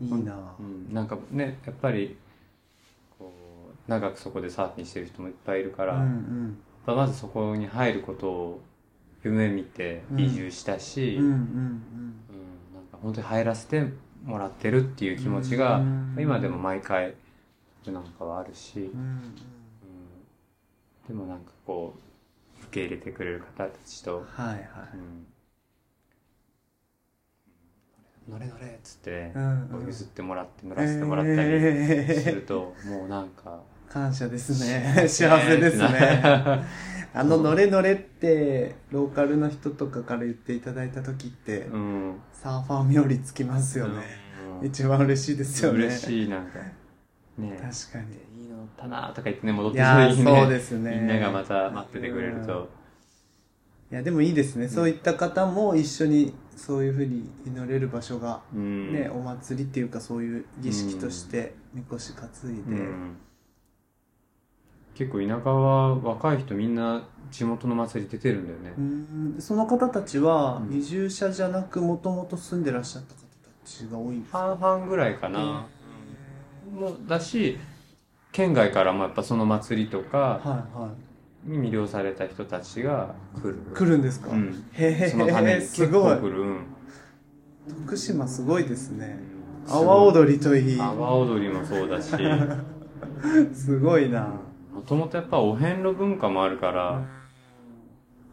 B: いいな
A: う。うん、なんかね、やっぱり、こう、長くそこでサーフィンしてる人もいっぱいいるか
B: ぁ。
A: ら、
B: うんう
A: やっ
B: ん
A: ぱまずそこに入ることを夢見て移住したし、
B: うんうん
A: うん、なんか本当に入らせてもらってるっていう気持ち
B: う
A: が
B: ん
A: 今でも毎回なんかはあるし、う、
B: うんうんん
A: でもなんかこう受け入れてくれる方たちと
B: はいはい。
A: 「うん、乗れ乗れ」っつって
B: う、ん
A: こ
B: う
A: うん譲ってもらって乗らせてもらったりすると、もうなんか
B: 感謝です ね。幸せですね。あの、ノレノレって、ローカルの人とかから言っていただいた時って、
A: うん、で
B: サーファー冥利つきますよね。一番嬉しいですよね。
A: 嬉しいなんかね
B: 確かに。
A: いいのだなとか言ってね戻っ
B: い
A: て
B: や
A: る
B: ー
A: 時に
B: そうですね。
A: みんながまた待っててくれると、
B: いや、でもいいですね。そういった方も一緒にそういうふうに祈れる場所が、
A: うん
B: ね、お祭りっていうかそういう儀式として、みこし担いで、
A: うん結構田舎は若い人みんな地元の祭り出てるんだよね
B: う、んその方たちは
A: う、ん
B: 移住者じゃなく、もともと住んでらっしゃった方たちが多いんですか
A: 半々ぐらいかな、もうだし県外からもやっぱその祭りとか
B: はいは
A: に魅了された人たちが来る
B: い。来るんですか、
A: うん
B: へ
A: そのため
B: え、
A: に
B: す
A: 結
B: ご
A: 構
B: い。
A: 来る、うん
B: 徳島すごいですね。
A: す
B: 阿
A: ごい
B: 波踊りといい。
A: 阿波踊りもそう だしも
B: すごいな。
A: ともとやっぱお遍路文化もあるから、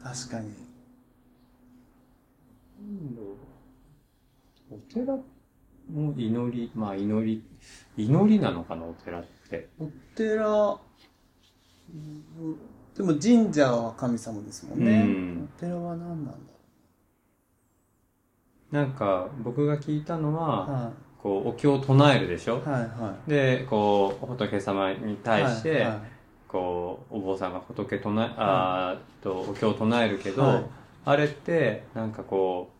B: 確かに。
A: お寺も祈り、まあ祈り、祈りなのかな、お寺って。
B: お寺、うんでも神社は神様ですもんね。
A: うん
B: お寺は何なんだろ
A: なんか、僕が聞いたの
B: う。
A: は、
B: は
A: こう、お経を唱えるでしょ
B: い。はいはい。
A: で、こう、仏様に対し
B: はい
A: て
B: は、
A: こう、お坊さんが仏唱え、あーっと、お経を唱えるけ
B: は
A: ど
B: い、
A: あれって、なんかこ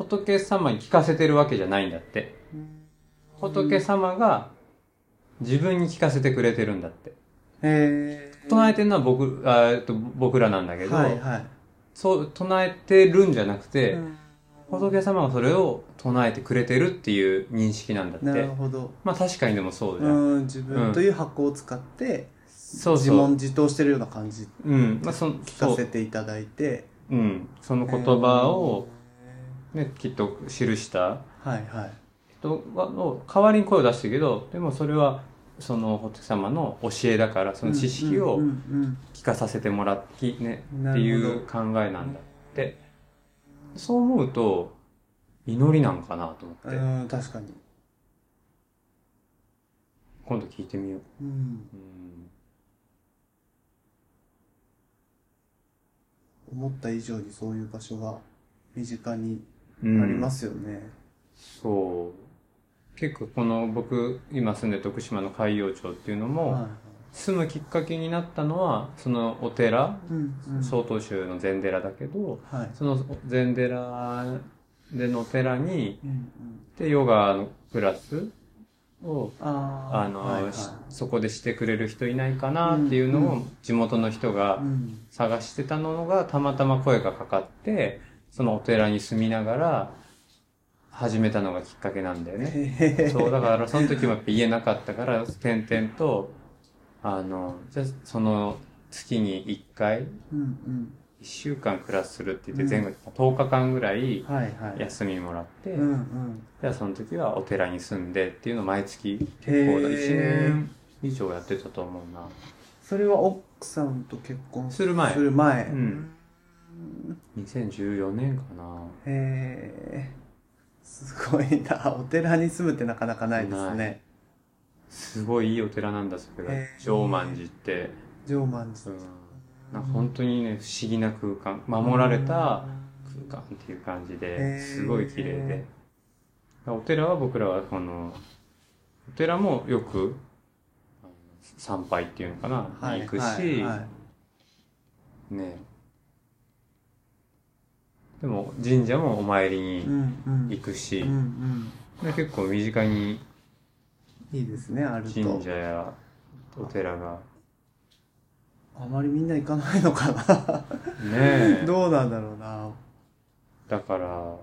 A: う、仏様に聞かせてるわけじゃないんだって。
B: いうん
A: 仏様が自分に聞かせてくれてるんだって。
B: へえ。
A: 唱えてるのは僕あーえっと僕らなんだけど、
B: はいはい。
A: そう唱えてるんじゃなくて、
B: うん
A: 仏様がそれを唱えてくれてるっていう認識なんだっ
B: なる
A: て。
B: ほど。
A: まあ確かにでもそうじゃん。
B: うん、自分という箱を使って、
A: そう
B: 自
A: そう。
B: 問自答してるような感じ、
A: うん。まあその、
B: 聞
A: そ
B: か
A: う
B: せ。ていただいて。
A: うん。その言葉を、ね、きっと記した
B: へー。はいはい。
A: 人はの代わりに声を出してるけど、でもそれは、その仏様の教えだから、その知識を
B: うんうん
A: 聞かさせてもらって、ね、
B: うん
A: ってい
B: なる
A: う考えなんだってそう思うと祈りなんかなと思
B: ほ
A: っ
B: ど
A: て、
B: うん、確かに。
A: 今度聞いてみよう、
B: うん。
A: うん
B: 思った以上にそういう場所が身近に
A: う
B: あ
A: ん
B: りますよね。
A: そう。結構この僕、今住んでる徳島の海陽町っていうのも、
B: はいはい
A: 住むきっかけになったのは、そのお寺、
B: うんうん
A: 曹洞宗の禅寺だけど、
B: はい。
A: その禅寺でのお寺に、
B: うんうん
A: で、ヨガのクラスを、
B: あー
A: あの、
B: はいはい
A: しそこでしてくれる人いないかなっていうの
B: う
A: を地元の人が
B: うん
A: 探してたのがたまたま声がかかって、そのお寺に住みながら始めたのがきっかけなんだよね。
B: へ
A: そう、だからその時もやっぱ言えなかったから、点々と、あの、じゃあその月に1回、
B: うん
A: 1週間クラスするって言って全部10日間ぐら
B: う
A: い
B: ん。はいはい。
A: 休みもらって、
B: うんうん。
A: じゃあその時はお寺に住んでっていうのを毎月
B: へ
A: 結
B: ー
A: 構だ1年以上やってたと思うな
B: それは奥さんと結婚
A: する前
B: する前。
A: うん2014年かな
B: へえ。すごいな。お寺に住むってなかなかないです
A: な
B: ね。
A: すごいいいお寺なんだそれが
B: へー
A: 常満寺って
B: 常満
A: う
B: 寺。
A: んなんか本当にね不思議な空間守られた空間っていう感じ
B: へー
A: ですごい綺麗でお寺は僕らはこのお寺もよくあの参拝っていうのかな、
B: はい
A: 行くし、
B: はいはい
A: ねえでも神社もお参り
B: う
A: に
B: んうん。
A: 行くし、
B: うんうん。
A: で結構身近に
B: いいですね、あると
A: 神。社やお寺 が
B: あまりみんな行かないのかな。
A: ねえ
B: どうなんだろうな。
A: だから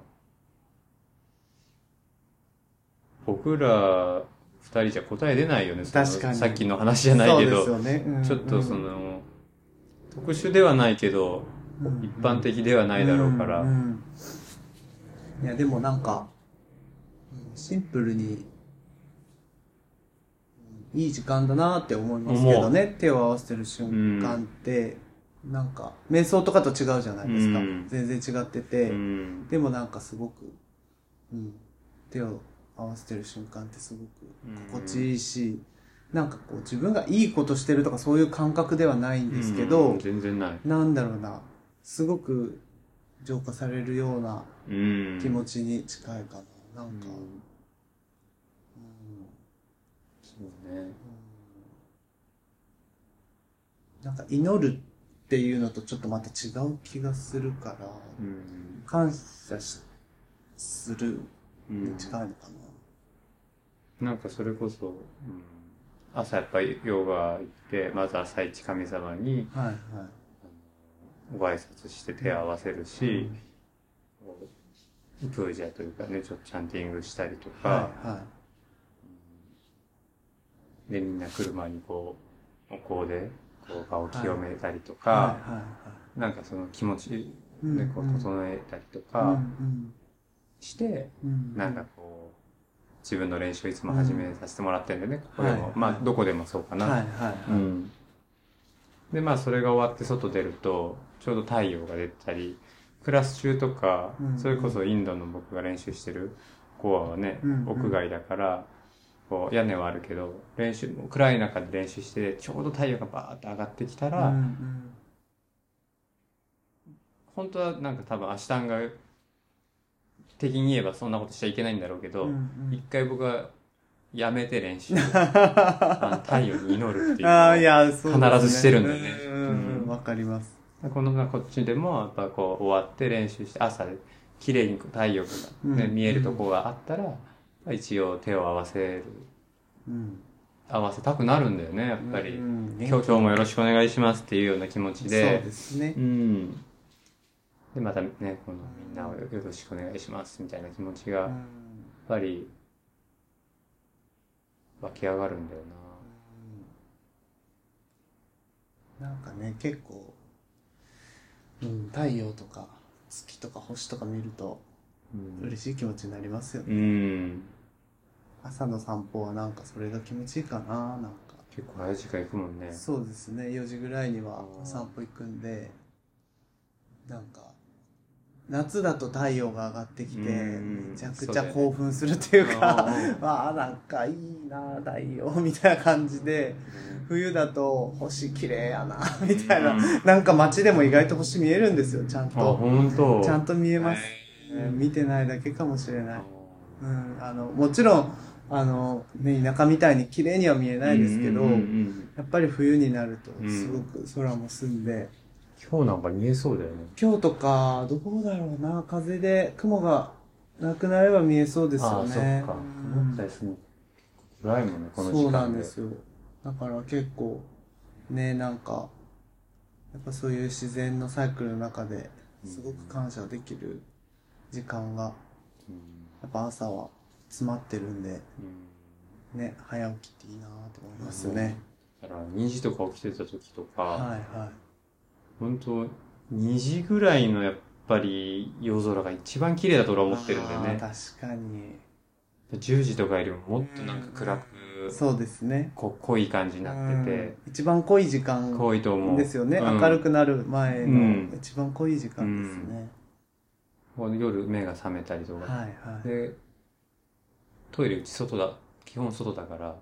A: 僕ら二人じゃ答え出ないよねその
B: 確かに
A: さっきの話じゃないけど、
B: そうですよね。うん
A: ちょっとそ、の特殊ではないけど
B: うん
A: 一般的ではないだろうから、
B: んんいや、でもなんか、うんシンプルに、うんいい時間だなって思いますけどね。手を合わせてる瞬間って、なんか、瞑想とかと違うじゃないですか。
A: うん
B: 全然違ってて、
A: うん
B: でもなんかすごく、うん、手を合わせてる瞬間ってすごく心地いいし、なんかこう自分がいいことしてるとかそういう感覚ではないんですけど、
A: うん全然ない、
B: なんだろうな、すごく浄化されるような
A: うん、
B: 気持ちに近いかな。なんか、
A: うんそうね
B: なんか祈るっていうのとちょっとまた違う気がするから、
A: うん
B: 感謝しする
A: うん
B: に近いのか
A: なんかそれこそ、うん、朝やっぱりヨガ行ってまず朝一神様に
B: な。はいはい。
A: ご挨拶して手を合わせるし、プージャというかねちょっとチャンティングしたりとか、
B: はいはい。
A: でみんな車にこうお香でこう場を清めたりとか、
B: はいはいはい。
A: なんかその気持ちで
B: うん
A: こ
B: うん
A: う整えたりと
B: う
A: か
B: ん
A: して、
B: うんう
A: なんかこう自分の練習をいつも始めさせてもらってるんでね、ここでも、
B: はい
A: まあどこでもそうかな、
B: はいはい。
A: うん、でまあそれが終わって外出るとちょうど太陽が出たりクラス中とか、
B: うん
A: それこそインドの僕が練習してるコアはね、
B: うんうん
A: 屋外だからこう屋根はあるけど練習暗い中で練習してちょうど太陽がバーッと上がってきたら、
B: うんうん
A: 本当はなんか多分アシュタンが的に言えばそんなことしちゃいけないんだろうけど、
B: うん
A: 一回僕はやめて練習 あの太陽に祈るって
B: う
A: い
B: ん。
A: う
B: ああ、いや、そうですね
A: 必ずしてるんだよね
B: うんうんう
A: うん
B: ん。わかります。
A: このこっちでもやっぱこう終わって練習して朝で綺麗に太陽が、ね
B: うん
A: 見えるとこがあったら、一応手を合わせる
B: うん。
A: 合わせたくなるんだよねやっぱり、
B: うん
A: 今日今日もよろしくお願いしますっていうような気持ち
B: そう
A: で
B: ですね
A: う。んでまたねこのみんなをよろしくお願いしますみたいな気持ちがや
B: う
A: っ
B: ん
A: ぱり湧き上がるんだよ
B: なんかね、結構、うん、太陽とか月とか星とか見ると
A: な
B: 嬉しい気持ちになりますよ
A: う
B: ね。
A: ん、うん、
B: 朝の散歩はなんかそれが気持ちいいかな、なんか。
A: 結構早い時間行くもんね
B: そうですね、4時ぐらいには
A: うん
B: お散歩行くんで、なんか、夏だと太陽が上がってきて、
A: うん
B: めちゃくちゃ興奮するっていうか、
A: うん
B: わあ、なんかいいな、太陽、みたいな感じで、冬だと星綺麗やな、 みたいな、
A: うん
B: なんか街でも意外と星見えるんですよ、ちゃん
A: あ、
B: と。
A: 本当。
B: ちゃん
A: と
B: と見え
A: 見
B: ます、えー見てないだけかもしれない。
A: な
B: うん、あの、もちろん、あの、ね、田舎みたいに綺麗には見えないですけど、やっぱり冬になると、
A: うん
B: すごく空も澄んで、
A: 今日なんか見えそうだよね。
B: 今日とか、どうだろうな、風で雲がなくなれば見えそうですよ
A: ああ、
B: ね。
A: そっか。
B: うん
A: 思ったよりすごい暗いもんね、この時間
B: そうなんですよ。だから結構、ね、なんか、やっぱそういう自然のサイクルの中で、すごく感謝できる時間が、
A: うん
B: やっぱ朝は詰まってるんで、
A: うん
B: ね、早起きっていいなと思いますね。
A: だから2時とか起きてた時とか、
B: はいはい。
A: 本当2時ぐらいのやっぱり夜空が一番綺麗だと俺は思ってるんだよね
B: あー確かに。
A: 10時とかよりももっとなんか暗く、
B: そうですね。
A: こ濃い感じになってて、
B: うん一番濃い時間
A: 濃いと思う
B: ですよね、
A: うん
B: 明るくなる前
A: う
B: の
A: ん
B: 一番濃い時間ですね、
A: もう夜目が覚めたりとか、
B: はいはい
A: でトイレうち外だ基本外だから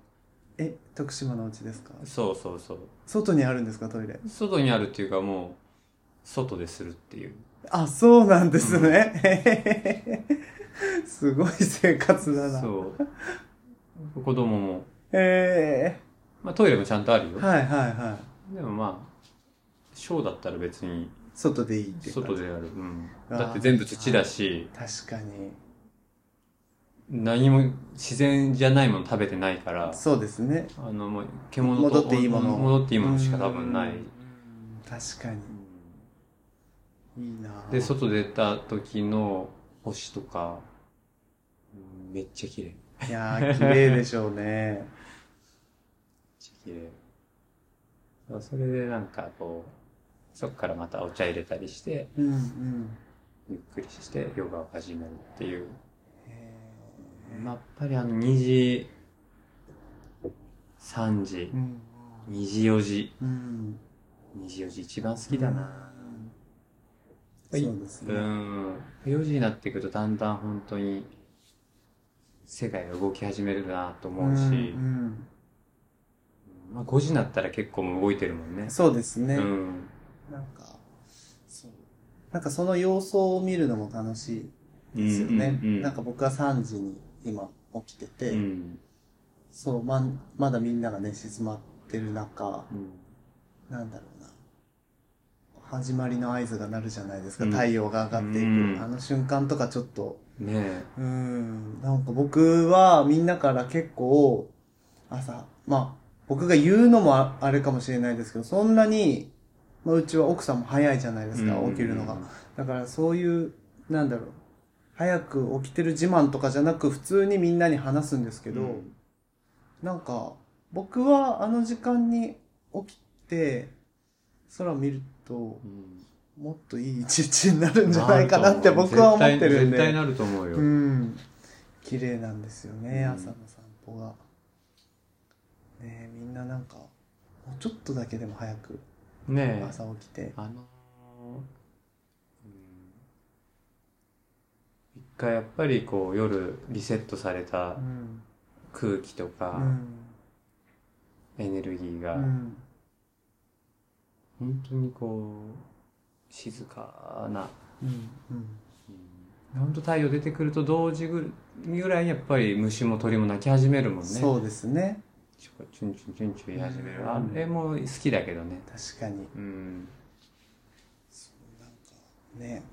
B: え徳島のお家ですか
A: そうそうそう
B: 外にあるんですかトイレ
A: 外にあるっていうかもう外でするっていう
B: あそうなんですね、 すごい生活だな
A: そう子供も、
B: え
A: まあ、トイレもちゃんとある
B: え
A: よ、
B: はいはいはい
A: でもまあショーだったら別に
B: 外でいいっていうか
A: 外でやる、うん、
B: あー
A: だって全部土だし
B: 確かに
A: 何も自然じゃないもの食べてないから
B: そうですね
A: あのもう獣と
B: 戻っていいもの
A: 戻っていいものしか多分ない
B: うん確かにいいな
A: で外出た時の星とかうんめっちゃ綺麗めっ
B: いやー綺麗でしょうね
A: ちゃ綺麗だからそれでなんかこうそっからまたお茶入れたりして
B: うんうん
A: ゆっくりしてヨガを始めるっていう
B: え
A: まあやっぱりあの2時3時
B: ーうん
A: 2時4時
B: うん
A: 2時4時一番好きだな、
B: う
A: は
B: ん。
A: い
B: そうです
A: う
B: ね。
A: ん4時になってくるとだんだん本当に世界が動き始めるなと思うし、
B: ん
A: まあ、5時になったら結構もう動いてるもん
B: う
A: ね
B: んそうですね。
A: うん
B: なんか、そう。なんかその様相を見るのも楽し
A: う
B: い
A: ん
B: ですよね。
A: うんうん、
B: なんか僕は3時に今起きてて、
A: うん
B: そう、ま、まだみんながね、静まってる中、
A: うん
B: なんだろうな。始まりの合図が鳴るじゃないですか。
A: うん
B: 太陽が上がってい
A: う
B: く。
A: ん
B: あの瞬間とかちょっと、
A: ねえ
B: うん、なんか僕はみんなから結構朝、まあ僕が言うのもああれかもしれないですけど、そんなに、まあうちは奥さんも早いじゃないですか、
A: うん
B: 起きるのが。だからそういう、なんだろう、早く起きてる自慢とかじゃなく普通にみんなに話すんですけど、
A: うん
B: なんか僕はあの時間に起きて空を見ると
A: うん
B: もっといい一日になるんじゃないかなって僕は思ってるんで。
A: 絶対絶対なると思うよ、
B: うん綺麗なんですよね、
A: うん
B: 朝の散歩がねえみんななんかもうちょっとだけでも早く
A: ねえ
B: 朝起きて、
A: あのーうん一回やっぱりこう夜リセットされた
B: うん
A: 空気と
B: う
A: か
B: ん
A: エネルギー
B: う
A: が
B: ん
A: 本当にこう静かな、
B: うん
A: うん、本当太陽出てくると同時ぐらいにやっぱり虫も鳥も鳴き始めるもんね
B: そうですね
A: チュチュンチュンチュンチュン言い始める、
B: うん
A: あれも好きだけどね
B: 確かに
A: うん
B: なんかね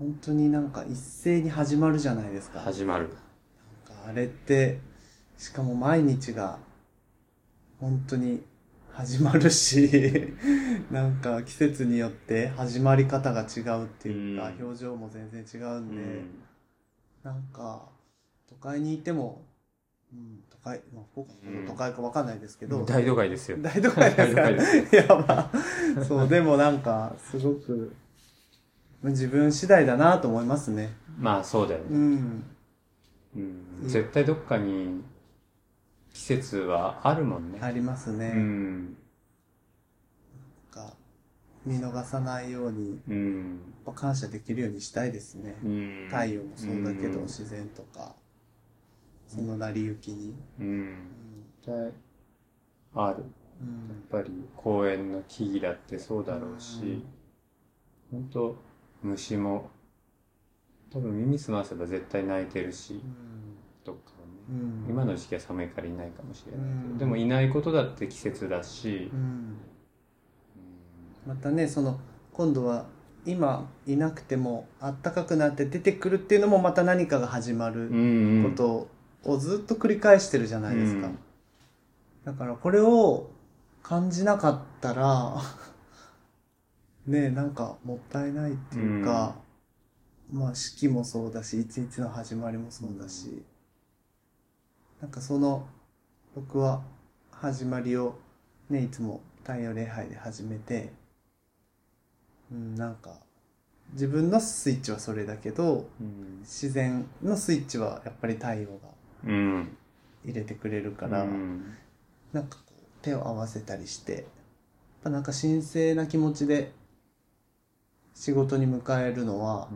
B: 本当になんか一斉に始まるじゃないですかなんか
A: 始まる
B: あれってしかも毎日が本当に始まるし なんか季節によって始まり方が違うっていうか、
A: うん
B: 表情も全然違うん
A: う
B: で、
A: ん
B: なんか都会にいても、うん、都会、まあ、福岡
A: うん
B: の都会かわかんないですけど、
A: 大都会ですよ
B: 大都会ですから
A: 大都会
B: やばそうでもなんかすごく自分次第だなと思いますね
A: まあそうだよね
B: うん
A: うん絶対どっかに季節はあるもんね。
B: ありますね、
A: うん。
B: か見逃さないように、
A: うん。
B: やっぱ感謝できるようにしたいですね。
A: うん。
B: 太陽もそうだけど、
A: うん
B: 自然とか、その成り行きに。
A: うん。
B: う
A: 絶対ある。
B: ん
A: やっぱり公園の木々だってそうだろうし、本当虫も、多分耳澄ませば絶対鳴いてるし
B: う、ん
A: どっかはね。
B: うん
A: 今の時期は寒いからいないかもしれないけど、
B: うん
A: でもいないことだって季節だし
B: う、んまたね、その、今度は、今いなくても暖かくなって出てくるっていうのもまた何かが始まる
A: うんうん
B: ことをずっと繰り返してるじゃないですか。
A: うん
B: だからこれを感じなかったら、ねえ、なんかもったいないっていうか、まあ四季もそうだし、一日の始まりもそうだし、なんかその、僕は始まりをね、いつも太陽礼拝で始めて、うん、なんか、自分のスイッチはそれだけど、
A: うん
B: 自然のスイッチはやっぱり太陽が
A: うん
B: 入れてくれるから、
A: うん
B: なんかこう手を合わせたりしてやっぱなんか神聖な気持ちで仕事に迎えるのは、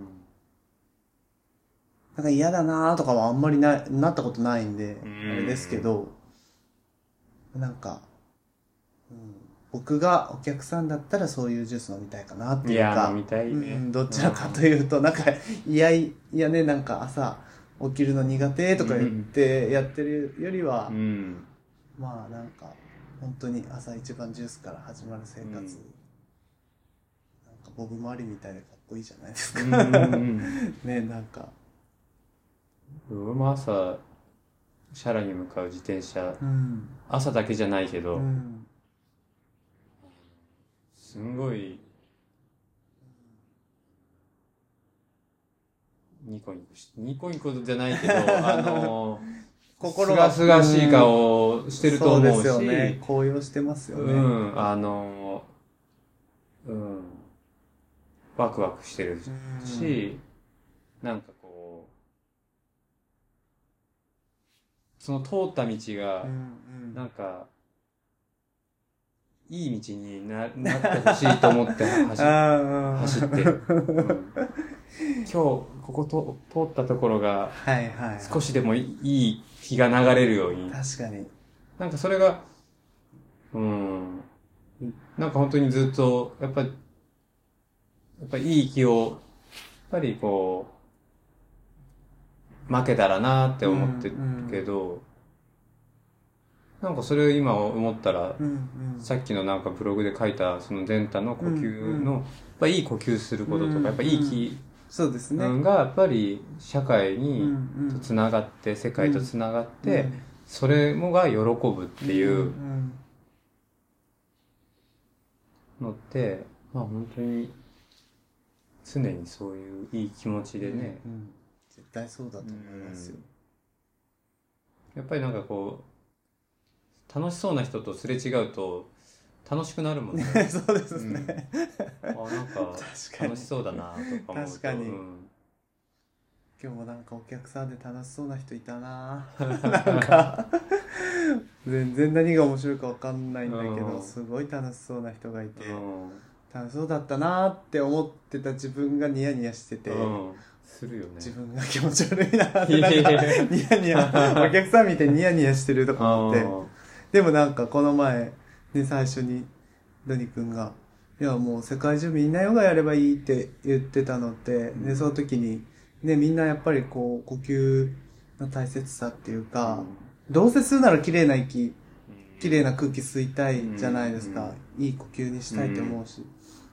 B: なんか嫌だなーとかはあんまりななったことないんで、
A: うん
B: あれですけどなんか、うん、僕がお客さんだったらそういうジュース飲みたいかなっ
A: い
B: ていうか。
A: や飲みたいね、
B: うん、どちらかというと、なんか、いやいやね、なんか朝起きるの苦手とか言ってやってるよりは、
A: うん
B: まあなんか、本当に朝一番ジュースから始まる生活、
A: うん
B: なんかボブ周りみたいでかっこいいじゃないです
A: う
B: か。
A: んうんうん
B: ね、なんか、
A: 俺も朝シャラに向かう自転車
B: うん、
A: 朝だけじゃないけ
B: う
A: ど、
B: ん、
A: すんごいニコニコしニコニコじゃない けどあの
B: 心
A: すがすがしい顔をしてると思うし、
B: そうですよね。紅葉してますよね。
A: うん、あの、うん、ワクワクしてるし、なんかこう、その通った道
B: う
A: が
B: ん、、う
A: なんんか、いい道にななってほしいと思って走っ
B: あ
A: 走
B: ー
A: ってる、うん今日、ここと通ったところが、
B: はいはい。
A: 少しでもいい日が流れるように、
B: 確かに。
A: なんかそれが、うん。なんか本当にずっと、やっぱ、やっぱいい気を、やっぱりこう、負けたらなーって思ってるけど、なんかそれを今思ったら、
B: うんうん。
A: さっきのなんかブログで書いた、その前太の呼吸
B: うんうん
A: の、やっぱいい呼吸することと
B: うん
A: か、やっぱいい気
B: そうですね。
A: が、やっぱり社会
B: う
A: に、
B: んうん
A: とつながって、世界とつながって、
B: うん
A: それもが喜ぶっていうのって、まあ本当に常にそういういい気持ちでね、
B: うんうん絶対そうだと思いますよ、
A: やっぱりなんかこう楽しそうな人とすれ違うと楽しくなる もんね
B: そうですね、
A: あなんか
B: 確かに
A: 楽しそうだなとか思うと
B: 確かに
A: うん
B: 今日もなんかお客さんで楽しそうな人いたななんか全然何が面白いか分かんないんだけ
A: う
B: ど
A: ん
B: すごい楽しそうな人がいて
A: うん
B: 楽しそうだったなって思ってた自分がニヤニヤしてて、
A: うんするよね
B: 自分が気持ち悪いなって
A: い
B: な
A: や
B: ん
A: い
B: か
A: やいや
B: ニヤニヤお客さん見てニヤニヤしてるとか思って
A: うん
B: でもなんかこの前、ね、最初に、ダニ君が、いやもう世界中みんなヨガやればいいって言ってたのって、
A: ん
B: ね、その時に、ね、みんなやっぱりこう、呼吸の大切さっていうか、どうせ吸うなら綺麗な息、
A: うん
B: 綺麗な空気吸いたいじゃないですか。いい呼吸にしたいと思うし。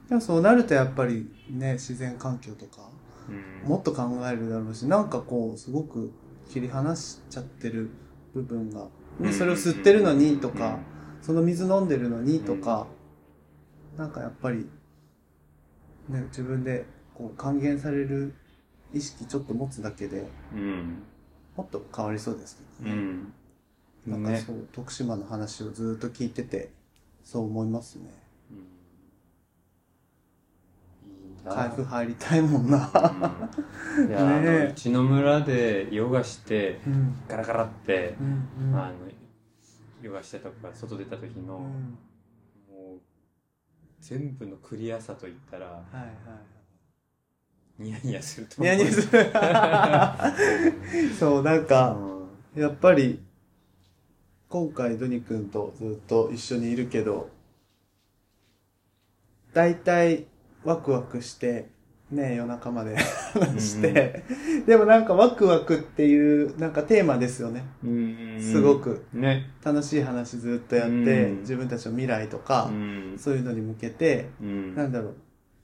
B: でもそうなるとやっぱりね、自然環境とか、
A: うん
B: もっと考えるだろうし、なんかこう、すごく切り離しちゃってる部分が、ね、それを吸ってるのにとか、その水飲んでるのにとか、なんかやっぱり、ね、自分でこう還元される意識ちょっと持つだけで
A: うん
B: もっと変わりそうです
A: う
B: けどね。
A: ん
B: なんかそう、徳島の話をずっと聞いてて、そう思いますね。開封入りたいもんな。
A: いやあ
B: ねえ
A: のうちの村でヨガして
B: うん。
A: ガラガラって
B: う、ん。うん。
A: あのヨガしてた子が外出た時の、
B: うん
A: もう全部のクリアさといったら、
B: はいは
A: ニヤニヤすると
B: い。い
A: 思う。
B: や、ニュース。そう、なん か、やっぱり、今回、ドニ君とずっと一緒にいるけど、大体、ワクワクして、ね、夜中まで 話して、でもなんか、ワクワクっていう、なんかテーマですよね。
A: うん。
B: すごく。
A: ね。
B: 楽しい話ずっとやって、
A: うん
B: 自分たちの未来とか
A: う、ん。
B: そういうのに向けて、
A: うん
B: なんだろ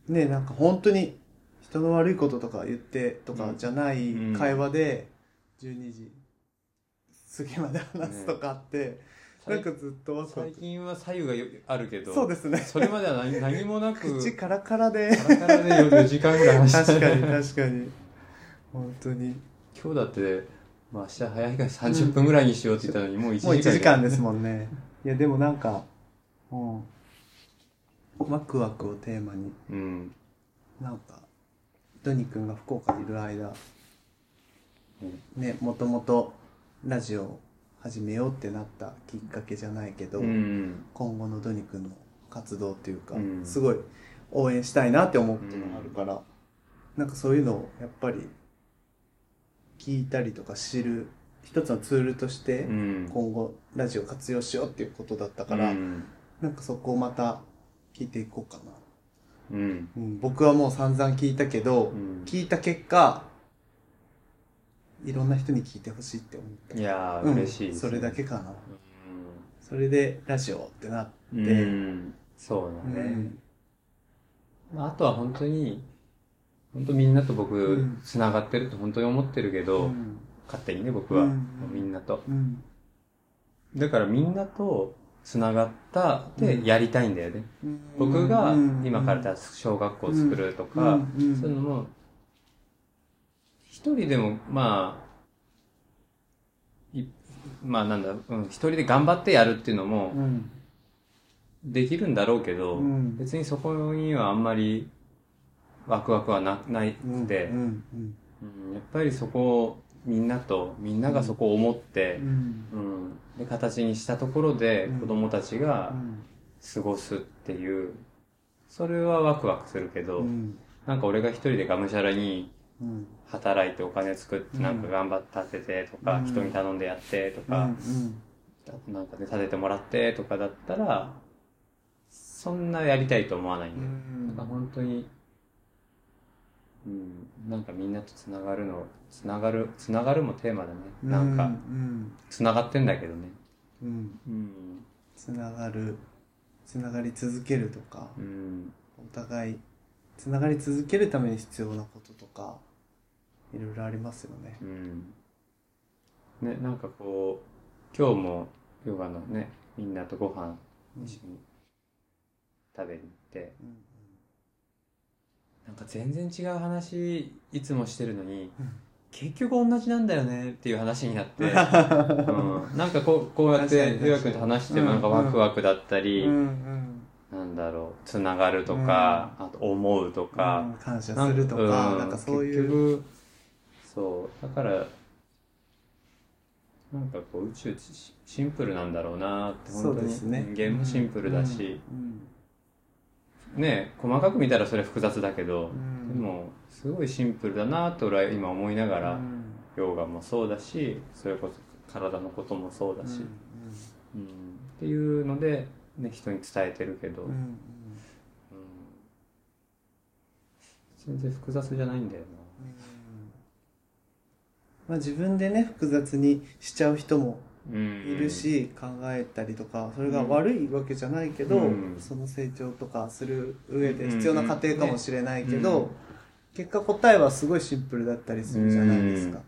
B: う。ねなんか本当に人の悪いこととか言ってとかじゃない
A: うん
B: 会話で、12時過ぎまで話すとかあって、なんかずっとワクワ
A: 最
B: ク。
A: 近は左右がよあるけど、
B: そうですね。
A: それまでは 何何もなく、
B: 口カラカラで。
A: カラカラで4時間ぐらい話して
B: 確かに 確かに。本当に。
A: 今日だって、まあ、明日早いから30分ぐらいにしようって言ったのに、もう1時間。
B: もう1時間ですもんね。いや、でもなんか、うん。ワクワクをテーマに、
A: うん。
B: なんか、ドニ君が福岡にいる間、
A: うん
B: ね、もともとラジオを始めようってなったきっかけじゃないけど、
A: うん。
B: 今後のドニ君の活動っていうか、
A: うん
B: すごい応援したいなって思うことがあるから、なんかそういうのをやっぱり聞いたりとか知る一つのツールとして
A: うん。
B: 今後ラジオ活用しようっていうことだったから、
A: うん。
B: なんかそこをまた聞いていこうかな。
A: うん。
B: うん、僕はもう散々聞いたけど、
A: うん
B: 聞いた結果、いろんな人に聞いてほしいって思った。
A: いや
B: う
A: ー、
B: ん
A: 嬉しいです、
B: それだけかな。それで、ラジオってなって、
A: うん。うん。そうだね。
B: うん
A: まあ、あとは本当に、本当みんなと僕
B: うん、
A: つながってると本当に思ってるけど、
B: うん
A: 勝手にね、僕は、
B: うん
A: みんなと。
B: うん
A: だからみんなとつながったでやりたいんだよね。僕が今から出す小学校を作るとか、
B: うん
A: そういうのも、一人でも、まあ、いまあなんだ、うん、一人で頑張ってやるっていうの
B: う
A: も
B: ん
A: できるんだろうけど、
B: うん
A: 別にそこにはあんまりワクワクはなない
B: うん
A: ので、
B: うんうん
A: うんやっぱりそこをみんなと、みんながそこを思って
B: う、ん
A: うんで形にしたところで
B: うん
A: 子供たちが過ごすっていう、それはワクワクするけど、
B: うん
A: なんか俺が一人でがむしゃらに
B: うん
A: 働いてお金作って
B: うん
A: なんか頑張って立ててとか、
B: うん
A: 人に頼んでやってと
B: う
A: か
B: ん、うん
A: あとなんかね、立ててもらってとかだったら、そんなやりたいと思わないんだよ。なんか本当に、うん、なんかみんなとつながるの、つながる、つながるもテーマだね。なん
B: う
A: か、
B: ん
A: つながってんだけどね。
B: うんうん
A: うん。
B: つながるつながり続けるとか
A: うん。
B: お互いつながり続けるために必要なこととかいろいろありますよね
A: うん。ね、なんかこう、今日もヨガのね、みんなとご飯一緒に食べに行って、
B: うん
A: なんか全然違う話いつもしてるのに、
B: うん
A: 結局同じなんだよねっていう話になって、
B: うん
A: うん、なんかこうこうやっ
B: 確か
A: て
B: に
A: ヨガ君と話しても
B: うん
A: なんかワクワクだったり、
B: うん
A: なんだろう、つながるとか、あと思うとか、
B: うん感謝
A: な
B: す
A: ん
B: るとか、
A: う
B: なんかそうい
A: 結
B: う。
A: 局そうだからなんかこう宇宙ってシシンプルなんだろうなって
B: そう
A: 本当に
B: ですね。
A: 人間もシンプルだし、
B: うん。
A: ね細かく見たらそれは複雑だけど、
B: うん
A: でもすごいシンプルだなと俺は今思いながら、
B: うん
A: ヨガもそうだしそれこそ体のこともそうだし、うんっていうので、ね、人に伝えてるけど、
B: うんうんうん
A: うん全然複雑じゃないんだよな。
B: まあ自分でね、複雑にしちゃう人もい
A: い
B: る、し、考えたりとか、それが悪いわけじゃないけど
A: うん、
B: その成長とかする上で必要な過程かもしれないけ
A: うん
B: ど、結果答えはすごいシンプルだったりするじゃないですか。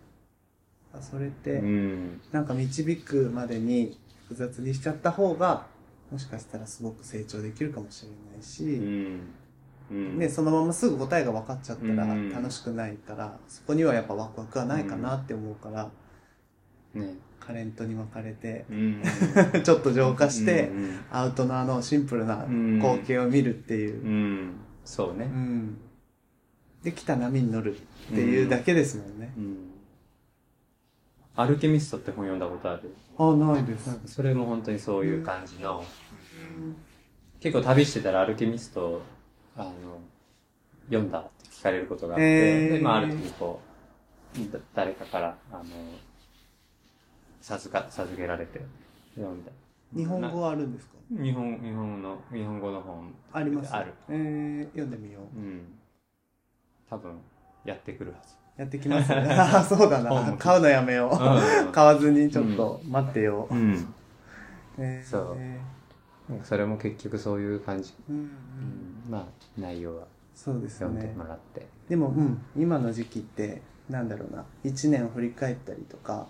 B: あそれって、
A: うん、
B: なんか導くまでに複雑にしちゃった方が、もしかしたらすごく成長できるかもしれないし、
A: うん
B: ね、そのまますぐ答えが分かっちゃったら
A: うん
B: 楽しくないから、そこにはやっぱワクワクはないかなって思うから、
A: ね、
B: カレントに分かれて、
A: うん、
B: ちょっと浄化して、
A: うん
B: アウトのあのシンプルな
A: うん
B: 光景を見るっていうう。
A: ん、そうね
B: う、ん。で、来た波に乗るっていうだけですもんね
A: う。ん、アルケミストって本読んだことある
B: あ、ないです。
A: それも本当にそういう感じの、結構旅してたらアルケミストを、あの、読んだって聞かれることがあって、
B: へー
A: で、まあある時こう、だ誰かから、あの、授か、授けられて、読んだ。
B: 日本語はあるんですか
A: 日本、日本の、日本語の本。
B: あります
A: ある。
B: えー、読んでみよう。
A: うん。多分、やってくるはず。
B: やってきます ね。あーそうだ
A: 本
B: な。
A: も
B: 買うのやめよう。買わずにちょっと待ってよ
A: う。ん。
B: えー
A: そうそれも結局そういう感じ。
B: うんう。
A: うんん。まあ、内容は
B: そうですよ
A: 読んで
B: ね
A: も。らって。
B: でも、うん、今の時期って、なんだろうな、一年を振り返ったりとか、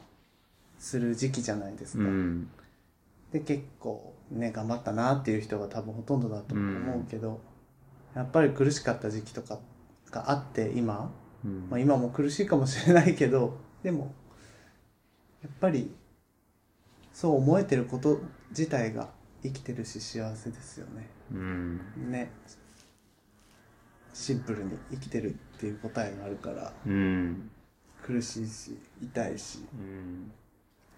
B: する時期じゃないですか。
A: ん。
B: で、結構、ね、頑張ったなっていう人が多分ほとんどだと思うけど、やっぱり苦しかった時期とかがあって、今、
A: うん
B: まあ今も苦しいかもしれないけど、でも、やっぱり、そう思えてること自体が生きてるし幸せですよね。
A: うん。
B: ね。シンプルに生きてるっていう答えがあるから、
A: うん。
B: 苦しいし、痛いし。
A: うん。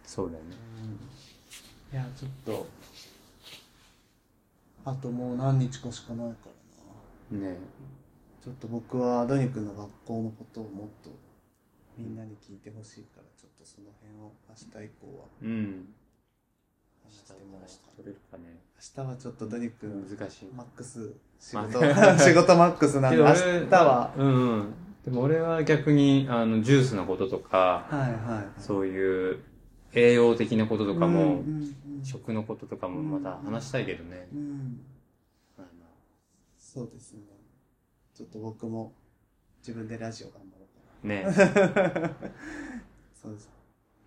A: そうだよね。
B: いや、ちょっと、あともう何日かしかないからな。
A: ね
B: ちょっと僕はアドニ君の学校のことをもっとみんなに聞いてほしいから、ちょっとその辺を明日以降は
A: うん。
B: 話してもらおうか
A: 取れるかね。
B: 明日はちょっとドニ君、
A: 難しい。
B: マックス、仕事、
A: ま
B: 仕事マックスなんで、
A: け
B: 明
A: ど
B: 日
A: 俺
B: は、
A: うんうん。でも俺は逆に、あの、ジュースのこととか、
B: はいはい。
A: そういう栄養的なこととか
B: うん
A: も、
B: うんうん
A: 食のこととかもまた話したいけどね。
B: うん、
A: あの
B: そうですね。ちょっと僕も自分でラジオ頑張ろうかな。
A: ね
B: そうです。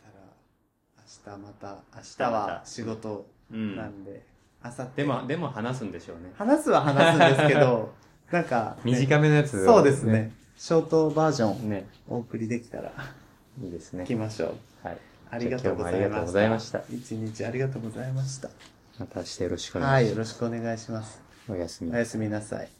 B: たら、明日また、明日は仕事
A: う。
B: なんんで、明後日
A: でも、でも話すんでしょうね。
B: 話すは話すんですけ ど、なんか、ね
A: 短めのやつ、
B: そうですね。ショートバージョン
A: ね。
B: お送りできたら
A: いいです
B: 行
A: ね
B: き。ましょう。
A: はい。
B: ありがとうござ
A: じゃ
B: い
A: あ今日もありがとう
B: ま
A: ご
B: し
A: ざい
B: た
A: ま。した。
B: 一日ありがとうございました。
A: またしてよろしくお
B: は
A: 願い
B: い、
A: し
B: よ
A: ま
B: ろ
A: す。
B: しくお願いします。
A: おやすみ
B: お。やすみなさい。